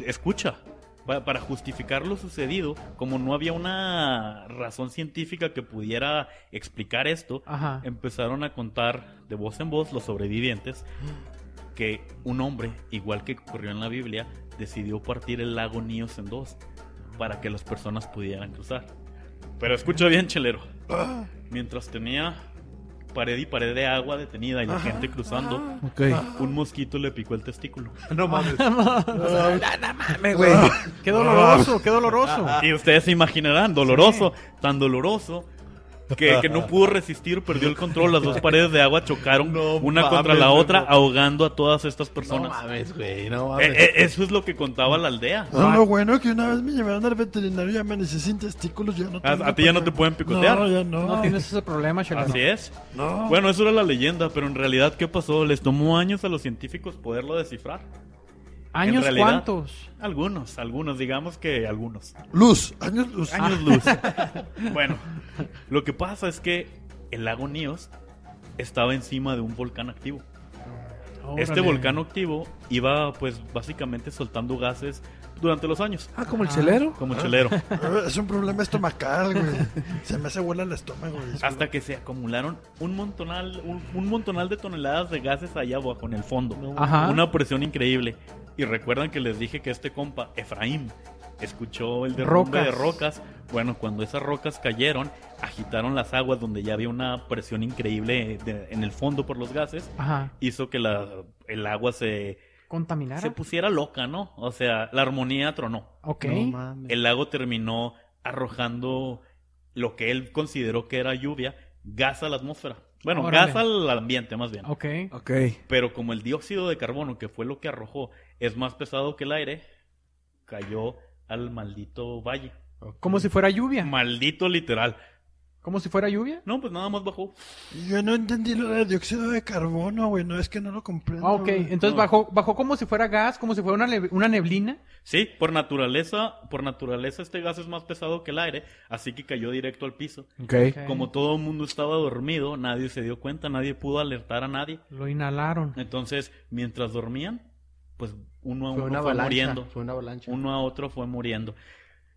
C: escucha, pa- para justificar lo sucedido, como no había una razón científica que pudiera explicar esto,
B: Ajá.
C: empezaron a contar de voz en voz los sobrevivientes que un hombre, igual que ocurrió en la Biblia, decidió partir el lago Níos en dos para que las personas pudieran cruzar. Pero escucha bien, chelero. Mientras tenía pared y pared de agua detenida y la gente cruzando, un mosquito le picó el testículo.
B: No mames.
F: Dame, güey.
B: qué doloroso, qué doloroso.
C: <laughs> Y ustedes se imaginarán, doloroso, tan doloroso que, que no pudo resistir, perdió el control, las dos paredes de agua chocaron una contra la otra, ahogando a todas estas personas.
E: mames, güey, no
C: Eh, eh, eso es lo que contaba la aldea.
A: No, lo bueno que una vez me llevaron al veterinario y amanecí sin testículos, ya no
C: A,
A: tengo
C: Ah, a ti ya no
A: problema.
C: te pueden picotear.
A: No, ya no.
B: No tienes ese problema, Chelano.
C: ah, Así es.
A: No.
C: Bueno, eso era la leyenda, pero en realidad, ¿qué pasó? Les tomó años a los científicos poderlo descifrar. En
B: ¿Años
C: realidad-
B: cuántos?
C: Algunos, algunos, digamos que algunos.
A: Luz, años luz.
C: Años luz. bueno, lo que pasa es que el lago Níos estaba encima de un volcán activo. Este
B: Órale.
C: volcán activo iba, pues, básicamente soltando gases durante los años,
F: Ah, como el chelero.
C: como chelero.
A: Eh, <laughs> Es un problema estomacal, güey. Se me hace bola el estómago. güey.
C: hasta que se acumularon un montonal, un, un montonal de toneladas de gases allá abajo en el fondo.
B: Ajá.
C: Una presión increíble. Y recuerdan que les dije que este compa, Efraín, escuchó el derrumbe
B: Rocas.
C: de rocas. Bueno, cuando esas rocas cayeron, agitaron las aguas donde ya había una presión increíble de- en el fondo por los gases.
B: Ajá.
C: Hizo que la- el agua se,
B: ¿Contaminara?
C: se pusiera loca, ¿no? O sea, la armonía tronó.
B: Ok.
C: El lago terminó arrojando lo que él consideró que era lluvia, gas a la atmósfera. Bueno,
B: Órale.
C: gas al ambiente más bien.
B: Ok.
F: Ok.
C: Pero como el dióxido de carbono, que fue lo que arrojó, es más pesado que el aire, cayó al maldito valle.
B: Como si fuera lluvia.
C: Maldito literal.
B: Como si fuera lluvia.
C: No, pues nada más bajó.
A: Yo no entendí lo de dióxido de carbono, güey. No es que no lo comprendo.
B: Ah, ok.
A: güey.
B: Entonces
C: No.
B: bajó, bajó como si fuera gas, como si fuera una, nev- una neblina.
C: Sí, por naturaleza, por naturaleza este gas es más pesado que el aire, así que cayó directo al piso.
F: Ok.
B: Ok.
C: Como todo el mundo estaba dormido, nadie se dio cuenta, nadie pudo alertar a nadie.
B: Lo inhalaron.
C: Entonces, mientras dormían, pues uno a
D: Fue
C: uno
D: una
C: fue
D: avalancha.
C: muriendo.
D: Fue una avalancha.
C: Uno a otro fue muriendo.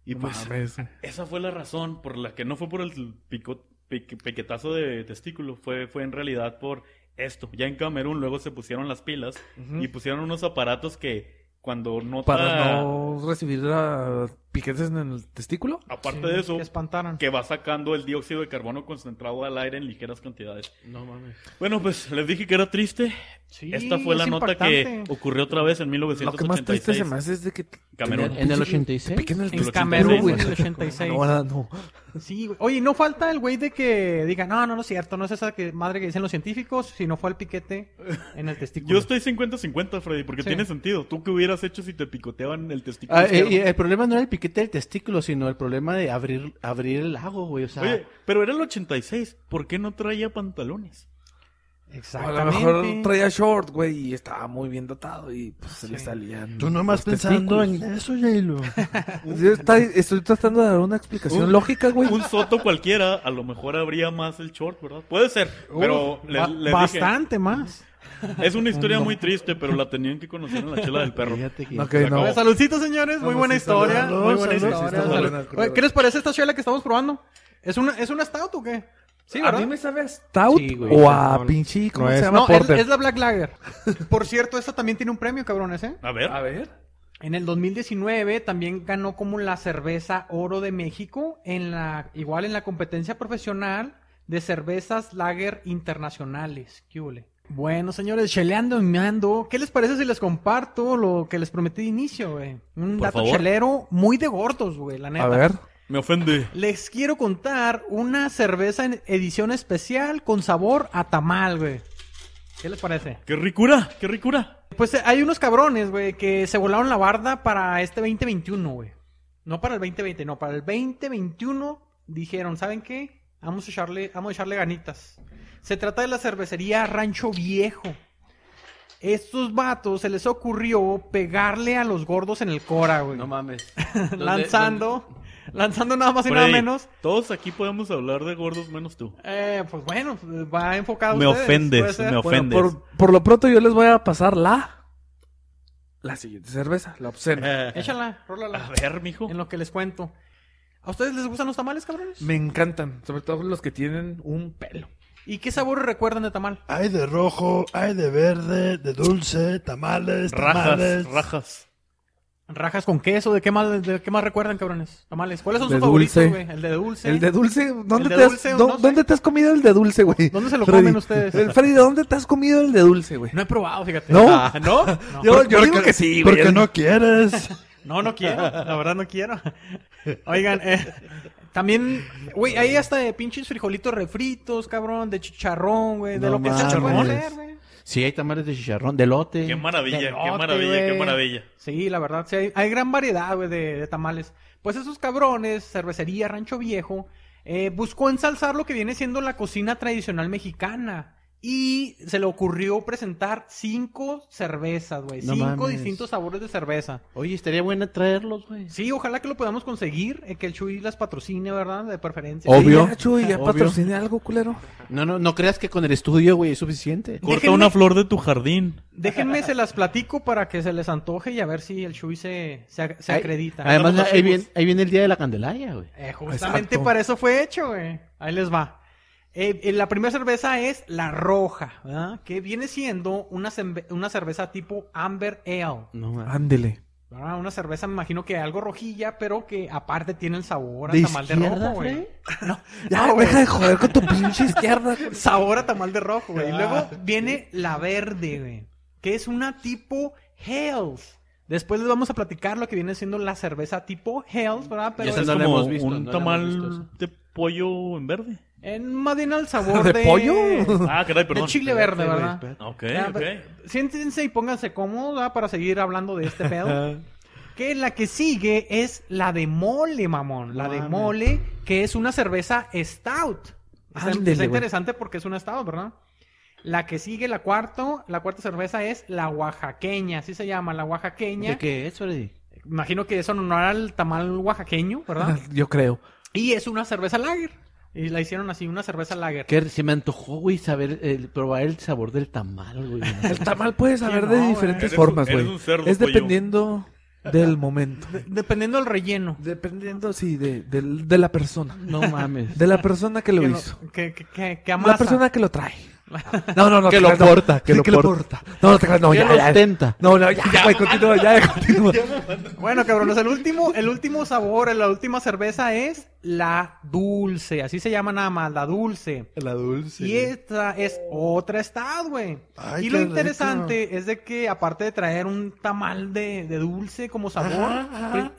C: Y
F: No
C: pues,
F: mames.
C: esa fue la razón por la que no fue por el pico- pique- piquetazo de testículo, fue, fue en realidad por esto. Ya en Camerún luego se pusieron las pilas y pusieron unos aparatos que cuando no
F: Para no recibir ah, piquetes en el testículo.
C: Aparte
B: Sí,
C: de eso,
B: Que espantaron.
C: que va sacando el dióxido de carbono concentrado al aire en ligeras cantidades.
D: No mames.
C: Bueno, pues les dije que era triste.
B: Sí,
C: Esta fue la
B: es
C: nota que
B: impactante.
C: ocurrió otra vez en
F: Lo que más triste se me
C: 1986.
F: hace es de que te
C: Camerún.
E: En el 86.
F: piquen el
B: En
C: el
F: testículo.
B: Camerún,
C: 86,
B: güey, en el
C: <laughs>
F: güey.
B: 86.
F: No, nada, no.
B: Sí, güey. Oye, no falta el güey de que diga, no, no, no es cierto, no es esa que madre que dicen los científicos, sino fue el piquete en el testículo.
C: Yo estoy 50-50, Freddy, porque
B: Sí.
C: tiene sentido. ¿Tú qué hubieras hecho si te picoteaban el testículo?
E: Ah, eh,
C: izquierdo?
E: y el problema no era el piquete del testículo, sino el problema de abrir, abrir el lago, güey. O sea,
C: Oye, pero era el 86. ¿Por qué no traía pantalones?
F: A
B: Exactamente.
F: lo mejor traía short, güey, y estaba muy bien dotado y pues se le
B: Sí.
F: salían.
A: Tú nomás
F: los
A: pensando
F: testículos.
A: en <laughs> eso, Jailo.
F: Yo está- estoy tratando de dar una explicación
C: Un-
F: lógica, güey.
C: Un soto cualquiera, a lo mejor habría más el short, ¿verdad? Puede ser, pero
B: Uf,
C: le-
B: ba-
C: les
B: bastante más.
C: dije, es una historia muy triste, pero la tenían que conocer en la chela del perro.
E: fíjate que-
F: Ok,
C: Se
F: no.
C: acabó.
B: Saludcitos, señores. Muy
F: Vamos,
B: buena
F: sí,
B: historia.
A: saludos,
B: Muy buena
A: saludos,
B: historia.
F: sí, está
B: Salud.
F: buena,
B: Oye, ¿Qué les parece esta chela que estamos probando? ¿Es una, ¿Es una stout o qué? Sí,
D: a
B: ¿verdad?
D: mí me sabe a stout
B: Sí, güey,
D: o a
B: cabrón.
D: pinche, ¿cómo
F: No
D: se
F: es-
D: llama?
B: No, es,
D: Porter.
B: es la Black Lager. Por cierto, esta también tiene un premio, cabrones, ¿eh?
C: A ver.
D: A ver.
B: En el 2019 también ganó como la cerveza oro de México en la igual en la competencia profesional de cervezas lager internacionales. ¿Qué hule? Bueno, señores, cheleando y meando, ¿qué les parece si les comparto lo que les prometí de inicio, güey? Un
C: Por
B: dato
C: favor.
B: chelero muy de gordos, güey, la neta.
F: A ver.
C: Me ofende.
B: Les quiero contar una cerveza en edición especial con sabor a tamal, güey. ¿Qué les parece?
C: ¡Qué ricura! ¡Qué ricura!
B: Pues eh, hay unos cabrones, güey, que se volaron la barda para este 2021, güey. No para el 2020, no, para el 2021 dijeron, ¿saben qué? Vamos a echarle, vamos a echarle ganitas. Se trata de la cervecería Rancho Viejo. Estos vatos se les ocurrió pegarle a los gordos en el cora, güey. <laughs>
E: No mames.
B: lanzando, lanzando nada más y nada
C: Freddy,
B: menos.
C: Todos aquí podemos hablar de gordos menos tú.
B: Eh, pues bueno, pues, va enfocado a
C: Me
B: ustedes, puede
C: ofendes,
B: ser.
C: me
D: Bueno,
C: ofendes.
D: por, por lo pronto yo les voy a pasar la... La siguiente cerveza, la obscena.
C: Eh,
B: <laughs> Échala, rólala.
C: A ver, mijo.
B: En lo que les cuento. ¿A ustedes les gustan los tamales, cabrones?
D: Me encantan, sobre todo los que tienen un pelo.
B: ¿Y qué sabores recuerdan de tamal?
A: Hay de rojo, hay de verde, de dulce, tamales, tamales.
C: Rajas, rajas.
B: ¿Rajas con queso? ¿De qué más, de qué más recuerdan, cabrones? Tamales. ¿Cuáles son
D: De
B: sus favoritos,
D: dulce.
B: güey? El de dulce.
D: El de dulce, ¿dónde,
B: de
D: te, has,
B: dulce,
D: dó-
B: no sé.
D: ¿dónde te has comido el de dulce, güey?
B: ¿Dónde se lo
D: Freddy.
B: comen ustedes?
D: El Freddy, ¿dónde te has comido el de dulce, güey?
B: No he probado, fíjate.
D: ¿No?
B: Ah,
D: <laughs>
B: ¿No?
D: Yo,
B: No,
D: yo digo que sí, güey.
A: Porque no quieres.
B: no, no quiero. La verdad no
D: <laughs>
B: quiero. Oigan, eh, también, güey, hay hasta de pinches frijolitos refritos, cabrón, de chicharrón, güey, de
E: No
B: lo que sea. se puede
E: mames.
B: hacer, güey.
E: Sí, hay tamales de chicharrón, de lote.
C: Qué maravilla,
B: Delote,
C: qué maravilla,
B: güey.
C: qué maravilla.
B: Sí, la verdad, sí, hay, hay gran variedad, güey, de, de tamales. Pues esos cabrones, cervecería, rancho viejo, eh, buscó ensalzar lo que viene siendo la cocina tradicional mexicana. Y se le ocurrió presentar cinco cervezas, güey.
E: No
B: cinco
E: mames.
B: distintos sabores de cerveza.
E: Oye, estaría bueno traerlos, güey.
B: Sí, ojalá que lo podamos conseguir, eh, que el Chuy las patrocine, ¿verdad? De preferencia.
E: Obvio.
D: Ya, Chuy, ya
E: Obvio.
D: patrociné algo, culero.
E: No, no, no creas que con el estudio, güey, es suficiente.
C: Corta
B: Déjenme-
C: una flor de tu jardín.
B: Déjenme, se las platico para que se les antoje y a ver si el Chuy se, se, ac- se
E: Ay,
B: acredita.
E: Además,
C: Hagamos
E: ahí
C: amigos.
E: viene, ahí viene el día de la Candelaria, güey.
B: Eh, justamente
D: Exacto.
B: para eso fue hecho, güey. Ahí les va. Eh, eh, la primera cerveza es la roja, ¿verdad? que viene siendo una, cembe- una cerveza tipo Amber Ale.
E: No mames.
D: Ándele.
B: ¿verdad? Una cerveza, me imagino que algo rojilla, pero que aparte tiene el sabor a
E: ¿De
B: tamal de
E: izquierda,
B: rojo, güey.
E: Freddy?
D: Ya, deja de joder con tu pinche izquierda. güey.
B: Sabor a tamal de rojo, güey. Y luego viene la verde, güey, que es una tipo Hales. Después les vamos a platicar lo que viene siendo la cerveza tipo Hales, ¿verdad? Pero
E: Esa
C: es
E: no la
C: como
E: hemos visto,
C: un
E: no la hemos visto
C: tamal de pollo en verde.
B: en más bien al
F: <laughs>
B: sabor
D: ¿De
B: de...
D: pollo? <laughs>
C: Ah,
B: <laughs>
C: caray,
B: De
C: perdón.
B: chile verde, Ah, pues, ¿verdad?
C: Ok,
B: Ya,
C: ok.
B: ve- Siéntense y pónganse cómodos ¿verdad? para seguir hablando de este
D: <laughs>
B: pedo. que la que sigue es la de mole, mamón. La de
E: Mames.
B: mole, que es una cerveza stout. Está,
D: Ándele,
B: está
D: güey.
B: interesante porque es una stout, ¿verdad? La que sigue, la cuarta, la cuarta cerveza es la oaxaqueña, así se llama, la oaxaqueña.
E: ¿De qué es, Freddy?
B: Imagino que eso en honor al tamal oaxaqueño, ¿verdad?
D: Yo creo.
B: y es una cerveza lager. Y la hicieron así, una cerveza lager.
E: Que se me antojó, güey, saber, el- probar el sabor del tamal, güey.
D: El tamal puede saber
B: no,
D: de
B: güey?
D: diferentes
C: Eres un-
D: formas,
C: eres
D: güey.
C: un cerdo,
D: Es
C: pollo.
D: dependiendo del momento.
B: Dependiendo del relleno.
D: Dependiendo, sí, de, del- de la persona.
E: No mames.
D: De la persona que lo
B: que, lo-
D: hizo.
B: que, que, que, que
D: La
B: amasa.
D: persona que
B: <laughs>
D: lo trae. No, no, no.
E: Que
D: te
E: lo
D: creas, no.
E: porta, que
D: Sí,
E: lo
D: porta. No, no, te creas, no,
E: que
D: ya,
E: lo
D: ya.
E: ostenta.
D: No, no, ya, güey, continúa, ya, continúa.
B: Bueno, cabrones, el último, el último sabor, la última cerveza es la dulce. Así se llama nada más, la dulce.
F: La dulce.
B: Y esta es otra estad, güey.
A: Ay,
B: Y lo
A: qué rico.
B: interesante es de que, aparte de traer un tamal de, de dulce como sabor,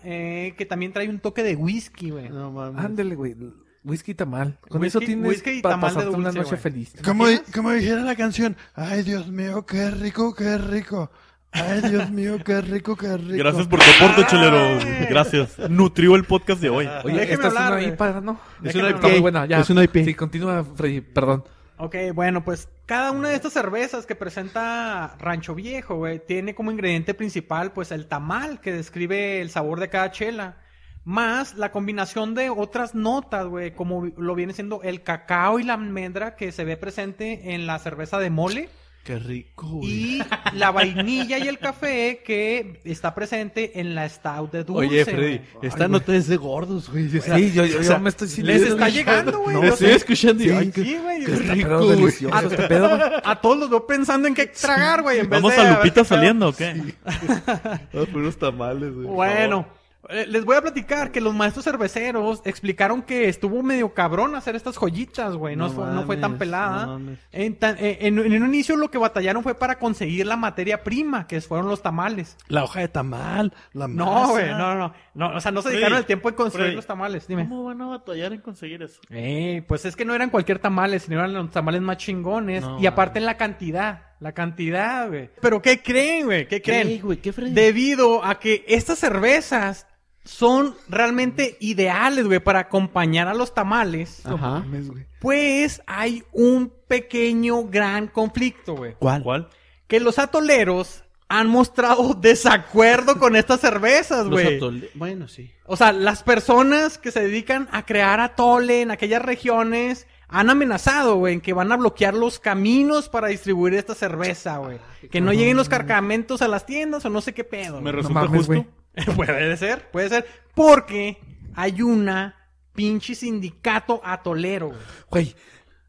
B: eh, que también trae un toque de whisky, güey.
E: <laughs> No mames.
D: Ándele, güey. Whisky y tamal. Con
B: Whisky-
D: eso tienes
B: whisky y
D: para
B: tamal de
D: pasarte una
B: dulce,
D: noche
B: güey.
D: feliz.
A: Como, di- como dijera la canción, ay Dios mío, qué rico, qué rico. Ay Dios mío, qué rico, qué rico.
C: Gracias por tu aporte, chelero.
B: Ay.
C: Gracias. Nutrió el podcast de hoy.
D: Oye,
B: Déjeme
D: esta es
B: hablar,
D: una
B: Ah, güey.
D: IPA, ¿no?
E: Es
B: Déjame
E: una
D: Está muy buena,
E: IP.
D: ya.
E: Es una IP.
D: Sí, continúa, Freddy, perdón.
B: Ok, bueno, pues cada una de estas cervezas que presenta Rancho Viejo, güey, tiene como ingrediente principal, pues, el tamal, que describe el sabor de cada chela, más la combinación de otras notas, güey, como vi- lo viene siendo el cacao y la almendra que se ve presente en la cerveza de mole,
E: Qué rico,
B: Y la vainilla y el café que está presente en la stout de dulce.
E: <laughs> Oye, Freddy,
B: güey.
E: esta nota es de gordos, güey. O sea,
F: Sí, yo, yo,
E: o sea,
F: yo me estoy sintiendo.
B: Les está llegando, güey.
E: no,
B: o
E: estoy
B: sea,
E: escuchando y,
F: Sí.
E: ay, qué,
B: sí, güey. <laughs>
E: qué
F: Está
E: rico,
F: pero
E: güey.
F: delicioso este pedo. güey.
B: A todos los veo pensando en qué tragar, güey. en vez
C: ¿Vamos
B: de
C: a
B: ver qué
C: Lupita
B: pedo.
C: saliendo o qué?
E: Ah, fue unos tamales, güey. por
B: Bueno,
E: favor.
B: eh, les voy a platicar que los maestros cerveceros explicaron que estuvo medio cabrón hacer estas joyitas, güey. No, fue, no fue tan
E: mames,
B: pelada.
E: no mames.
B: en, tan- eh, en- en un inicio lo que batallaron fue para conseguir la materia prima, que fueron los tamales.
A: La hoja de tamal, la
B: No,
E: Ah,
A: masa.
B: güey, no, no, no. O sea, no se dedicaron
C: Freddy,
B: el tiempo de construir
C: Freddy,
B: los tamales. Dime.
C: ¿Cómo van a batallar en conseguir eso?
B: Eh, pues es que no eran cualquier tamales, sino eran los tamales más chingones.
E: No,
B: y aparte en la cantidad, la cantidad, güey. Pero ¿qué creen, güey? ¿Qué creen?
E: ¿Qué, güey? ¿Qué, Freddy?
B: Debido a que estas cervezas son realmente ideales, güey, para acompañar a los tamales,
E: Ajá.
F: Mames, güey.
B: pues hay un pequeño gran conflicto, güey.
E: ¿Cuál?
C: ¿Cuál?
B: Que los atoleros han mostrado <laughs> desacuerdo con estas cervezas,
E: Los
B: güey.
E: atole- Bueno, sí.
B: O sea, las personas que se dedican a crear atole en aquellas regiones han amenazado, güey, en que van a bloquear los caminos para distribuir esta cerveza, güey. Que no lleguen los cargamentos a las tiendas o no sé qué pedo.
C: ¿Me
B: güey.
C: resulta
F: mames,
C: justo?
F: güey.
B: <laughs> puede ser, puede ser. Porque hay una pinche sindicato atolero, güey.
F: Güey,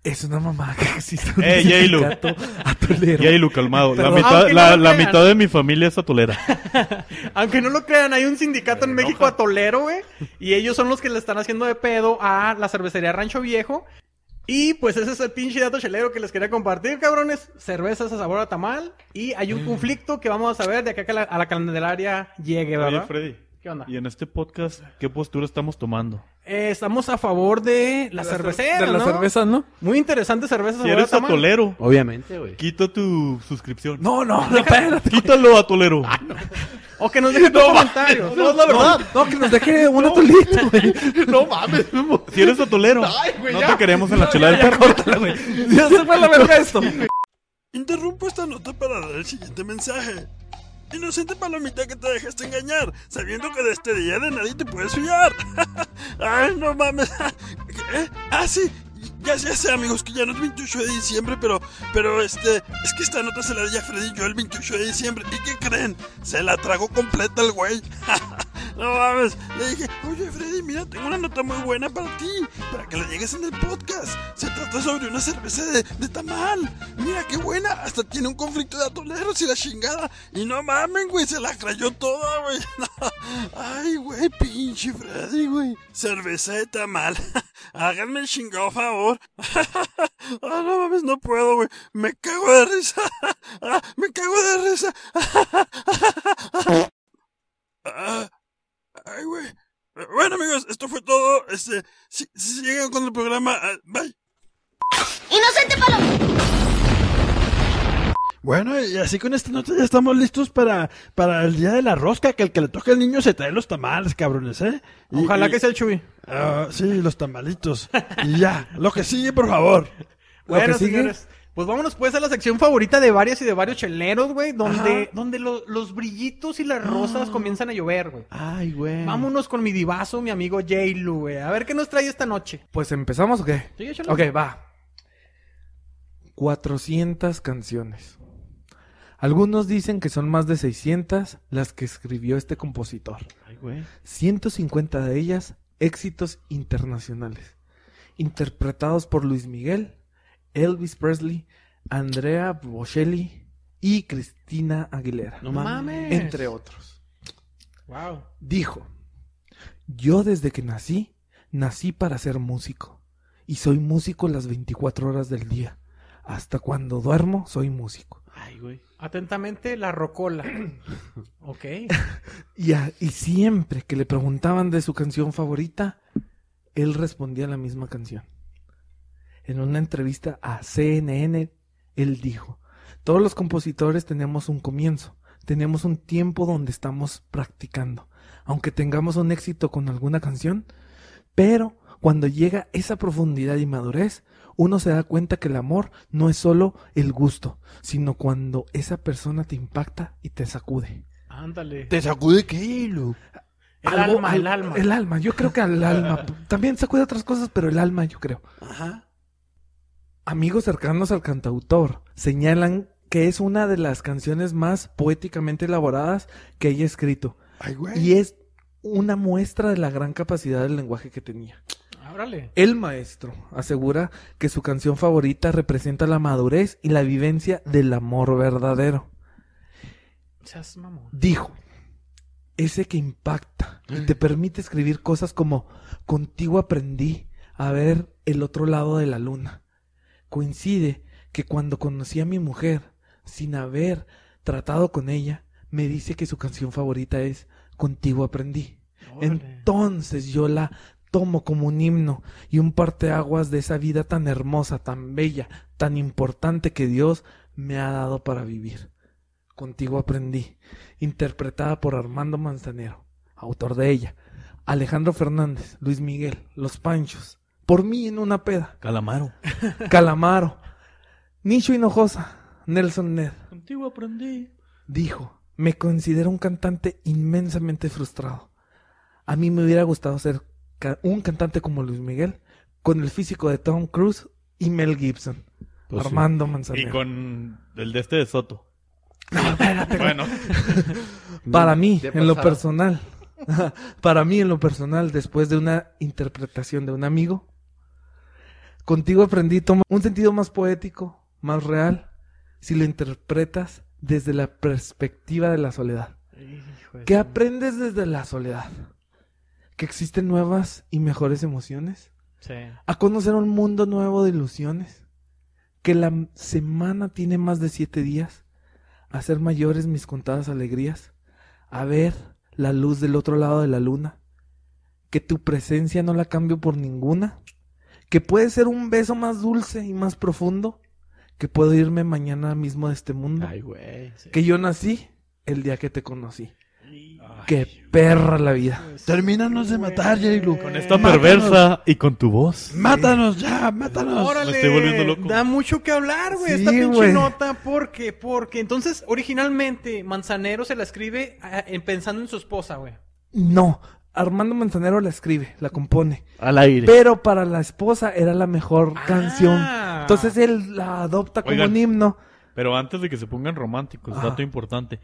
F: es una mamá que existe. un
C: Eh, Yailu.
F: sindicato atolero.
C: Y ahí lo calmado. La
B: Pero-
C: mitad,
B: Aunque no
C: la,
B: lo
C: la
B: crean.
C: mitad de mi familia es atolera.
B: Aunque no lo crean, hay un sindicato en
C: Me
B: México
C: enoja.
B: atolero, güey. Y ellos son los que le están haciendo de pedo a la cervecería Rancho Viejo. Y pues ese es el pinche dato chelero que les quería compartir, cabrones. Cervezas a sabor a tamal. Y hay un conflicto que vamos a saber de acá que la- a la Candelaria llegue,
C: Oye,
B: ¿verdad?
C: Freddy.
B: ¿Qué onda?
C: Y en este podcast, ¿qué postura estamos tomando?
B: Eh, estamos a favor de la, cervecera,
F: De
B: ¿no?
F: las cervezas, ¿no?
B: Muy interesante cerveza
C: Si
B: sabor a
C: eres
B: tamal.
C: atolero,
E: Obviamente, güey.
C: quita tu suscripción. <laughs>
F: No, no, no, espérate.
C: Quítalo, atolero.
B: O que nos dejen tus comentarios.
E: No, la verdad.
F: No, que nos deje un atolito, güey.
E: No mames, Memo.
C: Si eres atolero, no te queremos en la chela del perro.
F: Ya se fue la verga esto.
A: Interrumpo esta nota para dar el siguiente mensaje. Inocente palomita que te dejaste engañar, sabiendo que de este día de nadie te puedes fiar. <laughs> Ay, no mames. <laughs> ¿Qué? Ah, sí. Ya, ya sé, amigos, que ya no es 28 de diciembre, pero, pero este, es que esta nota se la di a Freddy yo el 28 de diciembre. ¿Y qué creen? Se la tragó completa el güey. No mames, le dije, oye Freddy, mira, tengo una nota muy buena para ti, para que la llegues en el podcast. Se trata sobre una cerveza de, de tamal. Mira qué buena, hasta tiene un conflicto de atoleros y la chingada. Y no mamen, güey, se la creyó toda, güey. <laughs> Ay, güey, pinche Freddy, güey. Cerveza de tamal. <laughs> Háganme el chingado favor. <laughs> Ah, no mames, no puedo, güey. Me cago de risa. <laughs> Ah, Me cago de risa. <laughs> Ah. Ay, güey. Eh, Bueno, amigos, esto fue todo. Este, si, si llegan con el programa, ah, bye.
G: Inocente palomita.
A: Bueno, y así con esta nota ya estamos listos para, para el día de la rosca, que el que le toque al niño se trae los tamales, cabrones, ¿eh? Y-
B: Ojalá
A: y-
B: que sea el Chuy.
A: Ah, sí, los tamalitos. y ya, lo que sigue, por favor.
F: Lo que
B: Bueno,
F: sigue-
B: señores, pues vámonos pues a la sección favorita de varias y de varios cheleros, güey, donde, donde lo- los brillitos y las rosas comienzan a llover, güey.
E: Ay, güey.
B: Vámonos con mi divazo, mi amigo J-Lu, güey. A ver qué nos trae esta noche.
F: Pues empezamos o qué?
B: Sí, échale.
F: Ok, va. 400 canciones. Algunos dicen que son más de 600 las que escribió este compositor.
E: Ay, güey.
F: 150 de ellas éxitos internacionales, interpretados por Luis Miguel, Elvis Presley, Andrea Bocelli y Cristina Aguilera,
E: No
B: No
E: mames.
B: mames.
F: entre otros.
B: Wow.
F: Dijo, yo desde que nací, nací para ser músico, y soy músico las 24 horas del día. Hasta cuando duermo, soy músico.
E: Ay, güey.
B: Atentamente, la rocola. ok.
F: Y, a- y siempre que le preguntaban de su canción favorita, él respondía la misma canción. En una entrevista a CNN, él dijo, todos los compositores tenemos un comienzo, tenemos un tiempo donde estamos practicando, aunque tengamos un éxito con alguna canción, pero cuando llega esa profundidad y madurez, uno se da cuenta que el amor no es solo el gusto, sino cuando esa persona te impacta y te sacude.
B: Ándale.
A: ¿Te sacude qué, Lu?
B: El
F: Algo-
B: alma,
F: al-
B: el alma.
F: El alma, yo creo
B: <laughs>
F: que al alma. También sacude otras cosas, pero el alma, yo creo.
E: Ajá.
F: Amigos cercanos al cantautor señalan que es una de las canciones más poéticamente elaboradas que haya escrito.
A: Ay, güey.
F: Y es una muestra de la gran capacidad del lenguaje que tenía.
B: Ábrale.
F: El maestro asegura que su canción favorita representa la madurez y la vivencia del amor verdadero.
B: Seas mamón.
F: Dijo, ese que impacta y te permite escribir cosas como contigo aprendí a ver el otro lado de la luna. Coincide que cuando conocí a mi mujer, sin haber tratado con ella, me dice que su canción favorita es Contigo aprendí.
B: Órale.
F: Entonces yo la tomo como un himno y un parteaguas de esa vida tan hermosa, tan bella, tan importante que Dios me ha dado para vivir. Contigo aprendí, interpretada por Armando Manzanero, autor de ella, Alejandro Fernández, Luis Miguel, Los Panchos, Por mí en una peda,
C: Calamaro.
F: <laughs> Calamaro, Nicho Hinojosa, Nelson Ned,
C: Contigo aprendí.
F: dijo, me considero un cantante inmensamente frustrado. A mí me hubiera gustado ser ca- un cantante como Luis Miguel, con el físico de Tom Cruise y Mel Gibson.
E: Pues sí.
F: Armando
C: Y
F: Manzanero.
C: con el de este de Soto. Bueno,
F: Para mí,
D: Te
F: en lo
D: pasaba.
F: personal, <laughs> para mí, en lo personal, después de una interpretación de un amigo, contigo aprendí toma un sentido más poético, más real, si lo interpretas desde la perspectiva de la soledad.
B: Hijo de
F: ¿Qué
B: su-
F: aprendes desde la soledad? ¿Que existen nuevas y mejores emociones?
B: Sí.
F: ¿A conocer un mundo nuevo de ilusiones? ¿Que la m- semana tiene más de siete días? ¿A ser mayores mis contadas alegrías? ¿A ver la luz del otro lado de la luna? ¿Que tu presencia no la cambio por ninguna? ¿Que puede ser un beso más dulce y más profundo? ¿Que puedo irme mañana mismo de este mundo?
E: Ay, güey.
F: ¿Que yo nací el día que te conocí? ¡Qué perra la vida!
A: Termínanos de matar, Jailu.
C: con esta perversa y con tu voz.
A: Mátanos ya, mátanos.
B: Órale,
C: estoy volviendo loco.
B: da mucho que hablar, güey,
F: Sí,
B: esta pinche
F: güey.
B: nota, porque, porque, entonces, originalmente, Manzanero se la escribe ah, en- pensando en su esposa, güey.
F: No, Armando Manzanero la escribe, la compone.
E: Al aire.
F: Pero para la esposa era la mejor canción.
B: Ah.
F: Entonces él la adopta como
C: Oigan.
F: un himno.
C: Pero antes de que se pongan románticos,
F: Ajá.
C: dato importante.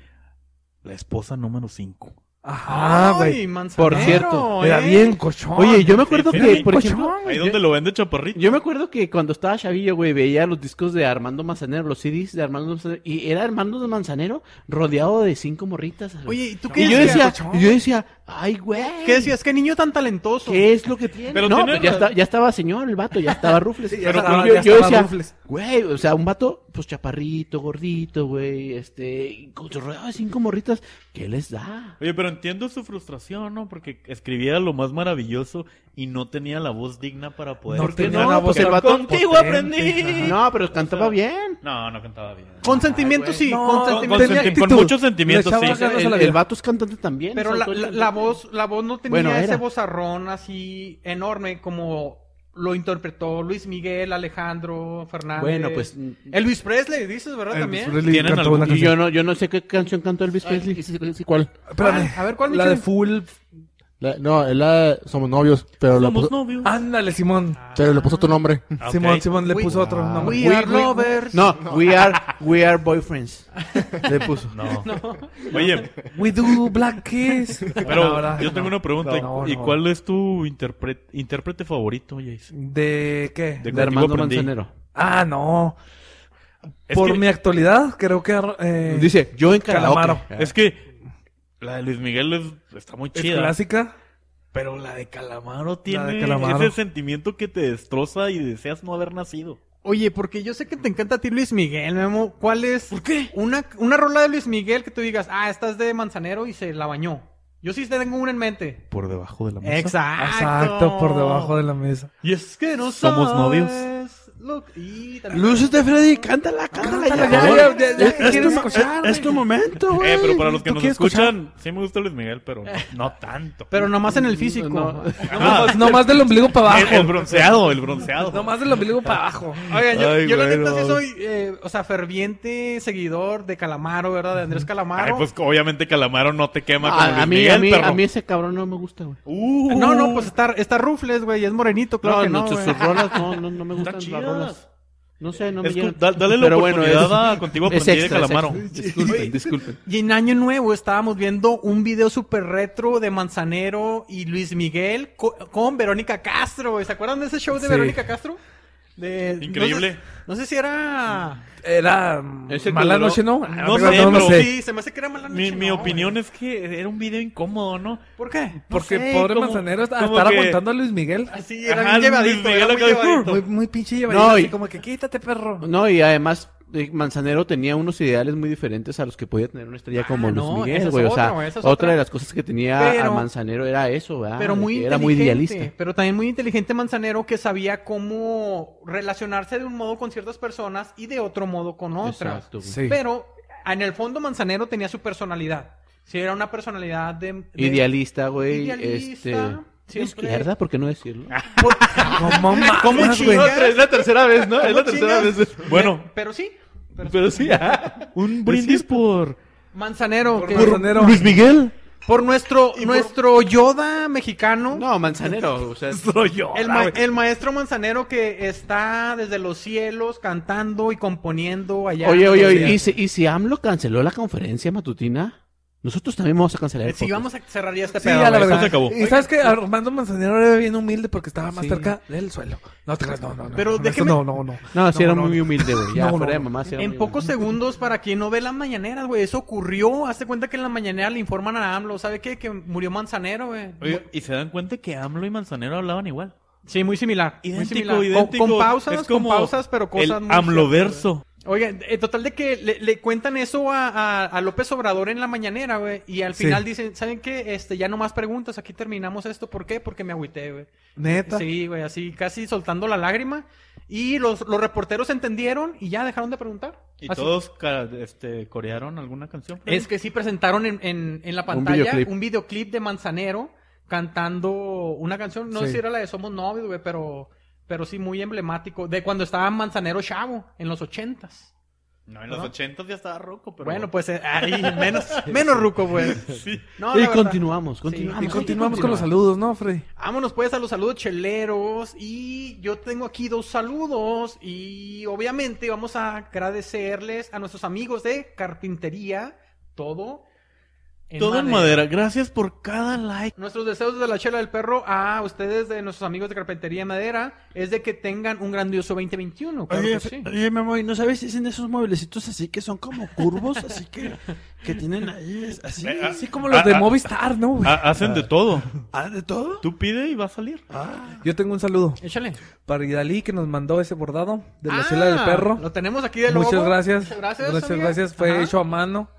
C: La esposa número 5.
F: Ajá,
B: Ay,
F: Ah, güey.
B: Manzanero,
E: Por cierto,
F: Era
B: ¿eh?
F: bien cochón.
E: Oye, yo me acuerdo
C: Sí,
E: que,
C: sí.
E: por
F: Cochón,
E: ejemplo,
C: Ahí donde lo vende Chaparrito.
E: yo me acuerdo que cuando estaba chavillo, güey, veía los discos de Armando Manzanero, los CDs de Armando Manzanero, y era Armando Manzanero rodeado de cinco morritas. güey.
B: Oye, ¿y tú qué
E: y yo
B: decías?
E: decía, y yo decía, ay, güey.
B: ¿Qué decías? ¿Qué niño tan talentoso?
E: ¿Qué es lo que tiene?
C: Pero
E: no,
C: tiene
E: pues ya,
C: razón.
E: está- ya estaba señor el vato, ya estaba rufles.
F: Sí, ya
E: Pero
F: estaba-
E: yo,
F: ya
E: yo
F: estaba
E: decía,
F: rufles.
B: Ah,
E: güey, o sea, un vato, pues chaparrito, gordito, güey, este, y con su rodeado de cinco morritas, ¿qué les da?
C: Oye, pero entiendo su frustración, ¿no? Porque escribía lo más maravilloso y no tenía la voz digna para poder.
F: No
C: ¿Por qué
F: tenía
C: no?
F: una voz
C: Porque
F: el vato
C: Pues contigo
F: potente,
C: aprendí.
E: No, pero cantaba
C: sea,
E: bien.
C: No, no cantaba bien.
B: Con sentimientos sí,
F: No,
B: con
F: con-
C: Con,
F: Tenía
C: con
B: sentimientos.
C: senti- con
F: actitud.
C: muchos sentimientos,
F: Le
C: sí.
F: echaba ganas.
E: El,
F: la
E: el
F: vida.
E: vato es cantante también.
B: Pero
E: o
B: la,
E: sea, todo el
B: la-
E: tiempo.
B: la voz, la voz no tenía
E: Bueno, era.
B: ese vozarrón así enorme como lo interpretó Luis Miguel, Alejandro, Fernández.
E: Bueno, pues...
B: El Luis Presley, dices, ¿verdad? También.
C: ¿Tienen
F: cantó
C: algún-
F: una
E: Y
F: canción.
E: yo no, yo no sé qué canción cantó Elvis Presley.
D: ¿Cuál?
F: Espérame.
B: A ver, ¿cuál,
F: La de
B: Michelle?
F: Full.
D: La- no, es la de Somos Novios, pero le
C: Somos
D: puso,
C: novios.
F: Ándale, Simón.
D: pero le puso tu nombre.
C: Ah, ok.
F: Simón, Simón le
B: Uy.
F: puso otro
D: Ah.
F: nombre.
B: We are lovers.
E: No, we are, we are boyfriends. Le puso.
C: No.
F: <laughs>
C: Oye,
F: We do
B: <laughs>
F: black kiss.
C: pero
F: No, ¿verdad?
C: yo tengo
F: No.
C: una pregunta.
F: No,
C: ¿Y
F: no.
C: cuál es tu interpre- intérprete favorito, Jace?
F: ¿De qué?
C: De-
E: De Armando
C: aprendí.
E: Manzanero.
F: Ah, no.
C: Es
F: Por
C: que-
F: mi actualidad, creo que. eh,
E: Dice, yo en
F: Calamaro.
E: karaoke.
C: Es que la de Luis Miguel es- está muy
F: Es
C: chida.
F: clásica.
C: Pero la de Calamaro tiene
F: Calamaro.
C: ese sentimiento que te destroza y deseas no haber nacido.
B: Oye, porque yo sé que te encanta a ti Luis Miguel, Memo. ¿Cuál es? ¿Por qué? Una, una rola de Luis Miguel que tú digas, ah, esta es de Manzanero y se la bañó. Yo sí tengo una en mente.
C: Por debajo de la
B: Exacto.
F: Exacto, por debajo de la mesa.
C: Y es que no somos novios.
B: Look, y también-
A: Luces de Freddy, cántala, cántala. ya,
F: Cántala, ya,
A: ya,
F: ya, ya,
A: Es-
F: ya,
A: es,
F: ¿quieres
A: tu, mo-
F: escuchar,
A: es- es tu momento, güey.
C: Eh, pero para los que
A: ¿Tú
C: nos
A: quieres escuchar?
C: escuchan, sí me gusta Luis Miguel, pero no, no tanto.
B: Pero nomás en el físico.
E: No.
C: Ajá.
F: No más del ombligo para
C: el, el
F: abajo.
C: bronceado, el bronceado.
F: No más del ombligo para abajo.
B: Oigan, yo,
C: Ay,
B: yo la
C: güey,
B: neta sí
C: no.
B: soy, eh, o sea, ferviente seguidor de Calamaro, ¿verdad? De Andrés Calamaro.
C: Ay, pues obviamente Calamaro no te quema como Luis
E: Ah, a, a mí,
C: Miguel,
E: a, mí,
C: perro.
E: a mí ese cabrón no me gusta, güey.
C: Uh,
B: No, no, pues está, está Rufles, güey, es morenito, claro
E: No,
B: que
E: no,
B: no,
E: sus
B: güey.
E: sus rolas no, no, no
C: están
E: me gustan las rolas.
C: chidas.
E: No sé, no me
C: Es cu-
E: llegan.
C: da- dale la
D: Pero bueno,
C: oportunidad
D: es-
C: a contigo
D: Es
C: aprendí de
D: extra, es extra.
C: calamaro.
D: Disculpen, disculpen.
B: Y en Año Nuevo estábamos viendo un video súper retro de Manzanero y Luis Miguel co- con Verónica Castro. güey. ¿Se acuerdan de ese show de
D: Sí.
B: Verónica Castro? De-
C: Increíble.
B: No sé, no sé si era...
D: Era
E: Ese
F: mm,
E: que
D: mala
E: duró-
D: noche, ¿no?
C: no
D: pero
C: sé, pero
B: Sí, se me hace que era mala
C: Mi,
B: noche,
C: mi
B: no,
C: opinión
B: güey.
C: es que era un video incómodo, ¿no?
B: ¿Por qué?
F: Porque
C: No sé,
F: pobre
C: como-
F: Manzanero está-
C: como
F: estar
C: que-
F: aguantando a Luis Miguel.
B: Así, era
C: Ajá,
B: bien
C: Luis
B: llevadito,
C: Miguel
B: era muy
C: acá de- "Uh,
B: llevadito.
F: Muy, muy pinche llevadito.
E: No,
F: así
E: y-
F: como que quítate, perro.
E: No, y además eh, Manzanero tenía unos ideales muy diferentes a los que podía tener una estrella
B: Ah,
E: como Luis
B: no, esa
E: Miguel,
B: es
E: güey. O
B: otra,
E: sea,
B: güey, esa es
E: otra.
B: otra.
E: de las cosas que tenía
B: Pero-
E: a Manzanero era eso, ¿verdad?
B: pero
E: De
B: muy
E: que era muy
B: inteligente,
E: idealista.
B: Pero también muy inteligente Manzanero que sabía cómo relacionarse de un modo con ciertas personas y de otro modo con otras.
E: Exacto, güey.
D: Sí.
B: Pero en el fondo Manzanero tenía su personalidad. Sí, era una personalidad de... de-
E: Idealista, güey.
B: Idealista,
E: Este...
B: siempre-
E: Izquierda, ¿por qué no decirlo?
D: ¿Cómo mames,
B: ¿Cómo
D: güey?
B: chingas?
E: Es la tercera vez, ¿no?
B: ¿Cómo chingas?
C: Bueno, ah.
B: Pero sí,
E: Pero sí,
C: <laughs> un brindis por...
B: Manzanero. que- Por,
F: Manzanero.
E: Luis Miguel.
B: nuestro, nuestro Yoda mexicano.
E: No, Manzanero, <laughs> o sea,
B: El,
C: Ah,
B: ma- el maestro manzanero que está desde los cielos cantando y componiendo allá.
E: Oye,
B: en
E: oye,
B: los
E: oye, ¿y
B: días.
E: si, y si AMLO canceló la conferencia matutina, nosotros también vamos a cancelar el
B: Si
E: podcast.
B: vamos a cerrar ya este
F: Sí,
B: pedo.
F: a la
B: güey.
F: verdad.
C: se acabó.
F: Y sabes que Armando Manzanero era bien humilde porque estaba más cerca del suelo. No te creas, no, no, no.
B: Pero
F: no, eso
B: déjeme-
F: No, no, no.
E: No, sí, era
F: no,
E: muy
F: no.
E: humilde, güey. Ya,
F: No, no,
E: fuera de
F: no.
E: mamá, sí era
B: En
E: muy
B: pocos
E: humilde.
B: segundos, para quien no ve las mañaneras, güey, eso ocurrió. Hazte cuenta que en la mañanera le informan a AMLO, ¿sabe qué? Que murió Manzanero, güey.
C: Oye, y se dan cuenta que AMLO y Manzanero hablaban igual.
B: Sí, muy similar. muy
C: Idéntico,
B: similar. Con-
C: idéntico.
B: Con, pausas,
C: Es como
B: con pausas, pero cosas
C: el
B: muy ciertas,
C: AMLOverso.
B: güey. Oiga, en total de que le, le cuentan eso a, a- a López Obrador en la mañanera, güey. Y al
F: Sí.
B: final dicen, ¿saben qué? Este, ya no más preguntas, aquí terminamos esto. ¿Por qué? Porque me agüité, güey.
F: Neta.
B: Sí, güey, así casi soltando la lágrima. Y los, los reporteros entendieron y ya dejaron de preguntar.
C: Y
B: Así.
C: todos ca- este, corearon alguna canción.
B: Es que sí presentaron en, en- en la pantalla un videoclip.
D: videoclip.
B: de Manzanero cantando una canción, no sé
F: Sí.
B: si era la de Somos Novios, güey, pero, pero sí muy emblemático, de cuando estaba Manzanero Chavo, en los ochentas.
C: No, en los
B: ¿No?
C: ochentas ya estaba roco, pero...
B: Bueno, pues eh, ahí
E: <laughs>
B: menos, menos ruco, güey.
C: pues, <laughs>
B: No,
E: Y
B: la verdad.
E: continuamos,
B: Sí,
E: continuamos.
F: Y
B: sí,
F: continuamos
B: continúa.
F: con los saludos, ¿no, Freddy?
B: Vámonos pues a los saludos cheleros y yo tengo aquí dos saludos y obviamente vamos a agradecerles a nuestros amigos de carpintería, todo
C: Todo en madera. Gracias por cada like.
B: Nuestros deseos de la chela del perro a ustedes, de nuestros amigos de Carpintería de Madera, es de que tengan un grandioso 2021. Claro
A: Oye,
B: que sí.
A: oye, mi amor, ¿y no sabes si es en esos mueblecitos así que son como curvos, así que, que tienen ahí, es- así,
C: Eh,
A: así como...
F: Como los
C: Ah,
F: de
C: ah,
F: Movistar, ¿no, güey?
C: Ha- hacen de todo.
A: Ah, ¿de todo?
C: <laughs> Tú pide y va a salir.
A: Ah,
F: Yo tengo un saludo
B: Échale.
F: para Idalí que nos mandó ese bordado de la
B: Ah,
F: chela del perro.
B: Lo tenemos aquí de logo.
F: Muchas gracias.
B: Muchas gracias.
F: Muchas
B: amiga.
F: gracias. Fue
B: Ajá.
F: hecho a mano.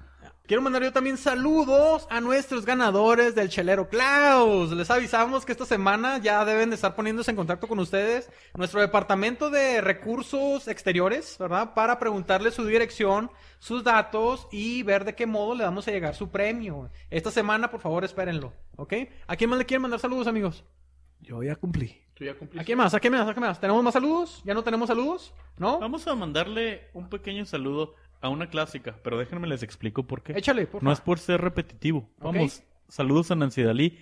B: Quiero mandar yo también saludos a nuestros ganadores del Chelero Klaus. Les avisamos que esta semana ya deben de estar poniéndose en contacto con ustedes. Nuestro departamento de recursos exteriores, ¿verdad? Para preguntarles su dirección, sus datos y ver de qué modo le vamos a llegar su premio. Esta semana, por favor, espérenlo, ¿ok? ¿A quién más le quieren mandar saludos, amigos?
F: Yo ya cumplí.
B: ¿A quién más? ¿A quién más? ¿A quién más? ¿Tenemos más saludos? ¿Ya no tenemos saludos? ¿No?
C: Vamos a mandarle un pequeño saludo a una clásica, pero déjenme les explico por qué.
B: Échale, por
C: No
B: favor.
C: es por ser repetitivo.
B: Ok.
C: Vamos, saludos a Nancy Dalí.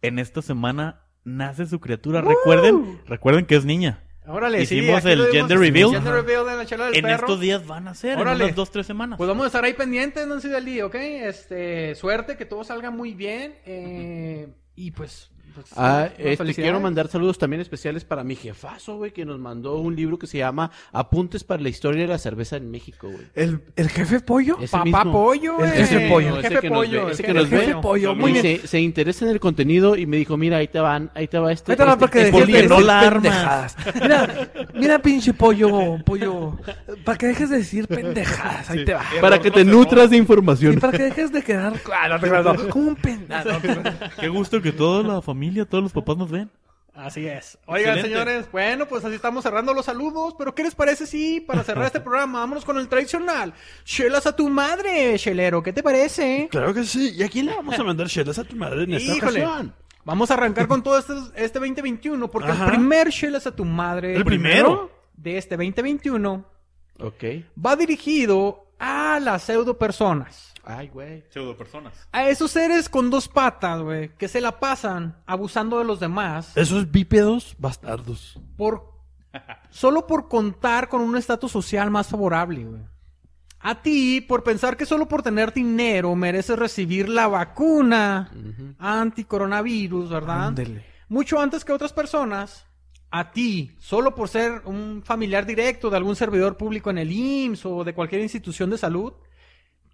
C: En esta semana nace su criatura. Recuerden, recuerden que es niña.
B: Órale,
C: Hicimos
B: aquí lo
C: el
B: dimos,
C: gender
B: el
C: reveal.
B: gender reveal de la Chela del
C: En
B: Perro.
C: estos días van a ser, en
B: Órale.
C: unas dos, tres semanas.
B: Pues vamos a estar ahí pendientes, Nancy Dalí, ¿ok? Este, suerte, que todo salga muy bien. eh, y pues. pues,
E: Ah,
B: pues,
E: este,
B: felicidades.
E: quiero mandar saludos también especiales para mi jefazo, güey, que nos mandó un libro que se llama Apuntes para la historia de la cerveza en México, güey.
F: ¿El, el jefe pollo?
E: Ese
B: Papá
E: mismo.
B: pollo,
F: El
B: eh.
F: jefe pollo.
B: El
E: Ese
B: jefe
E: que nos ve,
B: pollo.
E: ese
B: el
E: que nos
B: jefe
E: ve.
B: pollo.
F: pollo.
C: Saludos.
F: Muy
E: Y
F: bien.
E: se, se interesa en el contenido y me dijo, mira, ahí te van, ahí te va este.
F: Ahí te va
E: este-
F: porque
E: este
F: dejes de
E: libro".
C: porque no
F: decir
C: la armas.
F: pendejadas. Mira, mira pinche pollo, pollo. Para que dejes de decir pendejadas. Ahí te va.
E: Para que te nutras de
F: Y
E: información.
F: para que dejes de quedar ah, no te creas, no, como un pendejo.
C: Qué gusto que toda la familia, todos los papás nos ven.
B: Así es. Oigan,
C: Excelente.
B: señores, bueno, pues así estamos cerrando los saludos. Pero, ¿qué les parece si, para cerrar
E: <laughs>
B: este programa, vámonos con el tradicional? Chelas a tu madre, chelero, ¿qué te parece?
A: claro que sí. ¿Y a quién le vamos a mandar chelas a tu madre en esta
B: Híjole.
A: ocasión?
B: Vamos a arrancar con todo este, este 2021, porque
A: Ajá.
B: el primer Chelas a tu madre.
C: ¿El primero?
B: De este 2021
E: Ok.
B: va dirigido a las pseudo personas.
E: Ay, güey.
C: Pseudo personas.
B: A esos seres con dos patas, güey, que se la pasan abusando de los demás
A: Esos bípedos bastardos.
B: por Solo por contar con un estatus social más favorable, güey. A ti, por pensar que solo por tener dinero mereces recibir la vacuna anticoronavirus, ¿verdad?
F: Ándele.
B: Mucho antes que otras personas. A ti, solo por ser un familiar directo de algún servidor público en el IMSS o de cualquier institución de salud,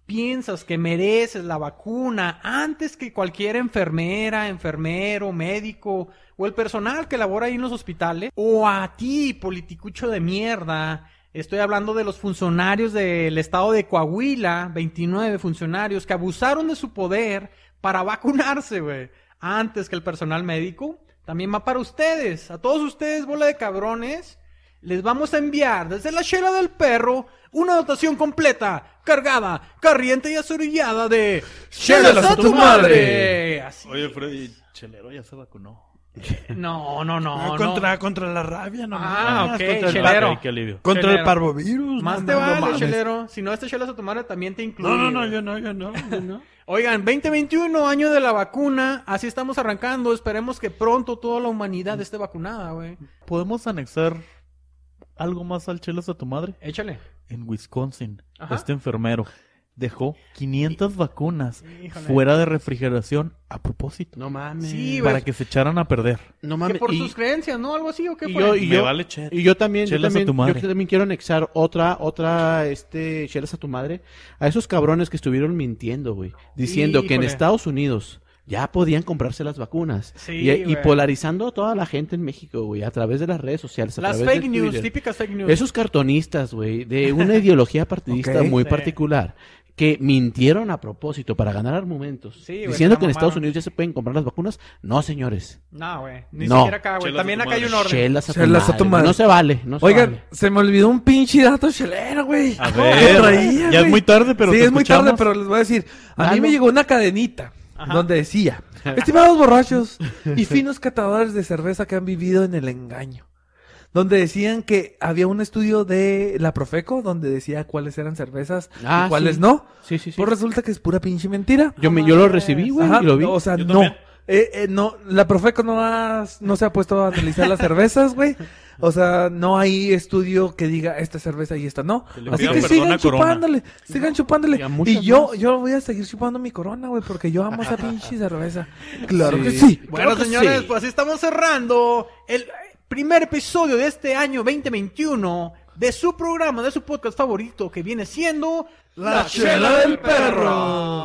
B: piensas que mereces la vacuna antes que cualquier enfermera, enfermero, médico o el personal que labora ahí en los hospitales, o a ti, politicucho de mierda. Estoy hablando de los funcionarios del estado de Coahuila, 29 funcionarios que abusaron de su poder para vacunarse, güey, antes que el personal médico. También va para ustedes, a todos ustedes, bola de cabrones. Les vamos a enviar desde la chela del perro una dotación completa, cargada, carriente y azorillada de
F: ¡Chelas a tu
B: madre! Así.
C: Oye, Freddy, Chelero ya se vacunó.
B: No, no, no.
A: Ah,
B: no.
A: contra, contra la rabia, no
B: Ah,
A: más,
B: ok,
A: contra el,
B: chelero.
C: Ok, qué alivio.
A: contra
B: Chelero.
A: el parvovirus.
B: Más
A: no,
B: te
A: no, no
B: vale,
A: mames.
B: chelero. Si no, este chelas a tu madre también te incluye.
A: No, no, no,
B: güey.
A: yo no, yo no, yo no.
B: Oigan, 2021, año de la vacuna. Así estamos arrancando. Esperemos que pronto toda la humanidad esté vacunada, güey.
C: <laughs> ¿Podemos anexar algo más al Chelas a tu madre?
B: Échale.
C: En Wisconsin,
B: Ajá.
C: este enfermero dejó 500 vacunas
B: Híjole.
C: fuera de refrigeración a propósito.
E: No mames.
B: Sí, güey.
C: Para que se echaran a perder.
E: No
B: Que
E: mames.
B: por
E: y,
B: sus creencias, ¿no? Algo así, ¿o qué
E: y
B: fue?
E: yo, y
C: Me
E: yo,
C: vale che.
E: y yo también, yo
C: Chelas a
E: también,
C: tu madre.
E: yo también quiero anexar otra, otra, este, chelas a tu madre, a esos cabrones que estuvieron mintiendo, güey, diciendo que en
B: Híjole.
E: Estados Unidos ya podían comprarse las vacunas
B: Sí,
E: y, y
B: güey.
E: polarizando a toda la gente en México, güey, a través de las redes sociales, a
B: Las
E: través
B: fake
E: del
B: news,
E: Twitter.
B: típicas fake news.
E: Esos cartonistas, güey,
B: <laughs>
E: de una ideología partidista
F: Ok.
E: muy
B: Sí.
E: particular, que mintieron a propósito para ganar argumentos,
B: Sí, güey,
E: diciendo
B: la
E: que
B: mamaron.
E: en Estados Unidos ya se pueden comprar las vacunas. No, señores.
B: No, güey. Ni
E: No.
B: siquiera acá, güey.
C: Chelas a
B: También
C: tu
B: acá hay un
C: madre.
B: orden.
E: Chelas a tu
F: Chelas a
E: madre,
F: tu
E: güey.
F: madre.
E: No se vale, no se
F: Oigan,
E: vale.
F: se me olvidó un pinche dato chelero, güey.
C: A
F: Lo
C: ver,
F: traía,
C: ya es
F: güey.
C: muy tarde, pero
F: sí,
C: te
F: es muy tarde,
C: escuchamos.
F: pero les voy a decir. A mí
E: Dalo.
F: me llegó una cadenita
B: Ajá.
F: donde decía: Estimados borrachos y finos catadores de cerveza que han vivido en el engaño. Donde decían que había un estudio de la Profeco donde decía cuáles eran cervezas
E: Ah,
F: y cuáles
E: sí.
F: no.
E: Sí, sí, sí.
F: Pues resulta que es pura pinche mentira.
E: Yo, me, yo lo recibí, güey,
F: Ajá,
E: y lo vi.
F: O sea,
C: Yo
F: no.
C: también.
F: Eh, eh, no, la Profeco no, ha- no se ha puesto a analizar las cervezas, güey. O sea, no hay estudio que diga esta cerveza y esta no.
C: Que le
F: Así
C: pidan
F: que
C: perdón
F: sigan
C: a Corona.
F: chupándole, sigan chupándole.
E: y a muchas
F: Y yo, yo voy a seguir chupando mi corona, güey, porque yo amo esa pinche
E: <laughs>
F: cerveza. Claro que
E: Sí.
F: sí.
B: Bueno,
E: Creo que
B: señores,
E: sí.
B: pues así estamos cerrando el primer episodio de este año 2021 de su programa, de su podcast favorito que viene siendo
A: La Chela del Perro.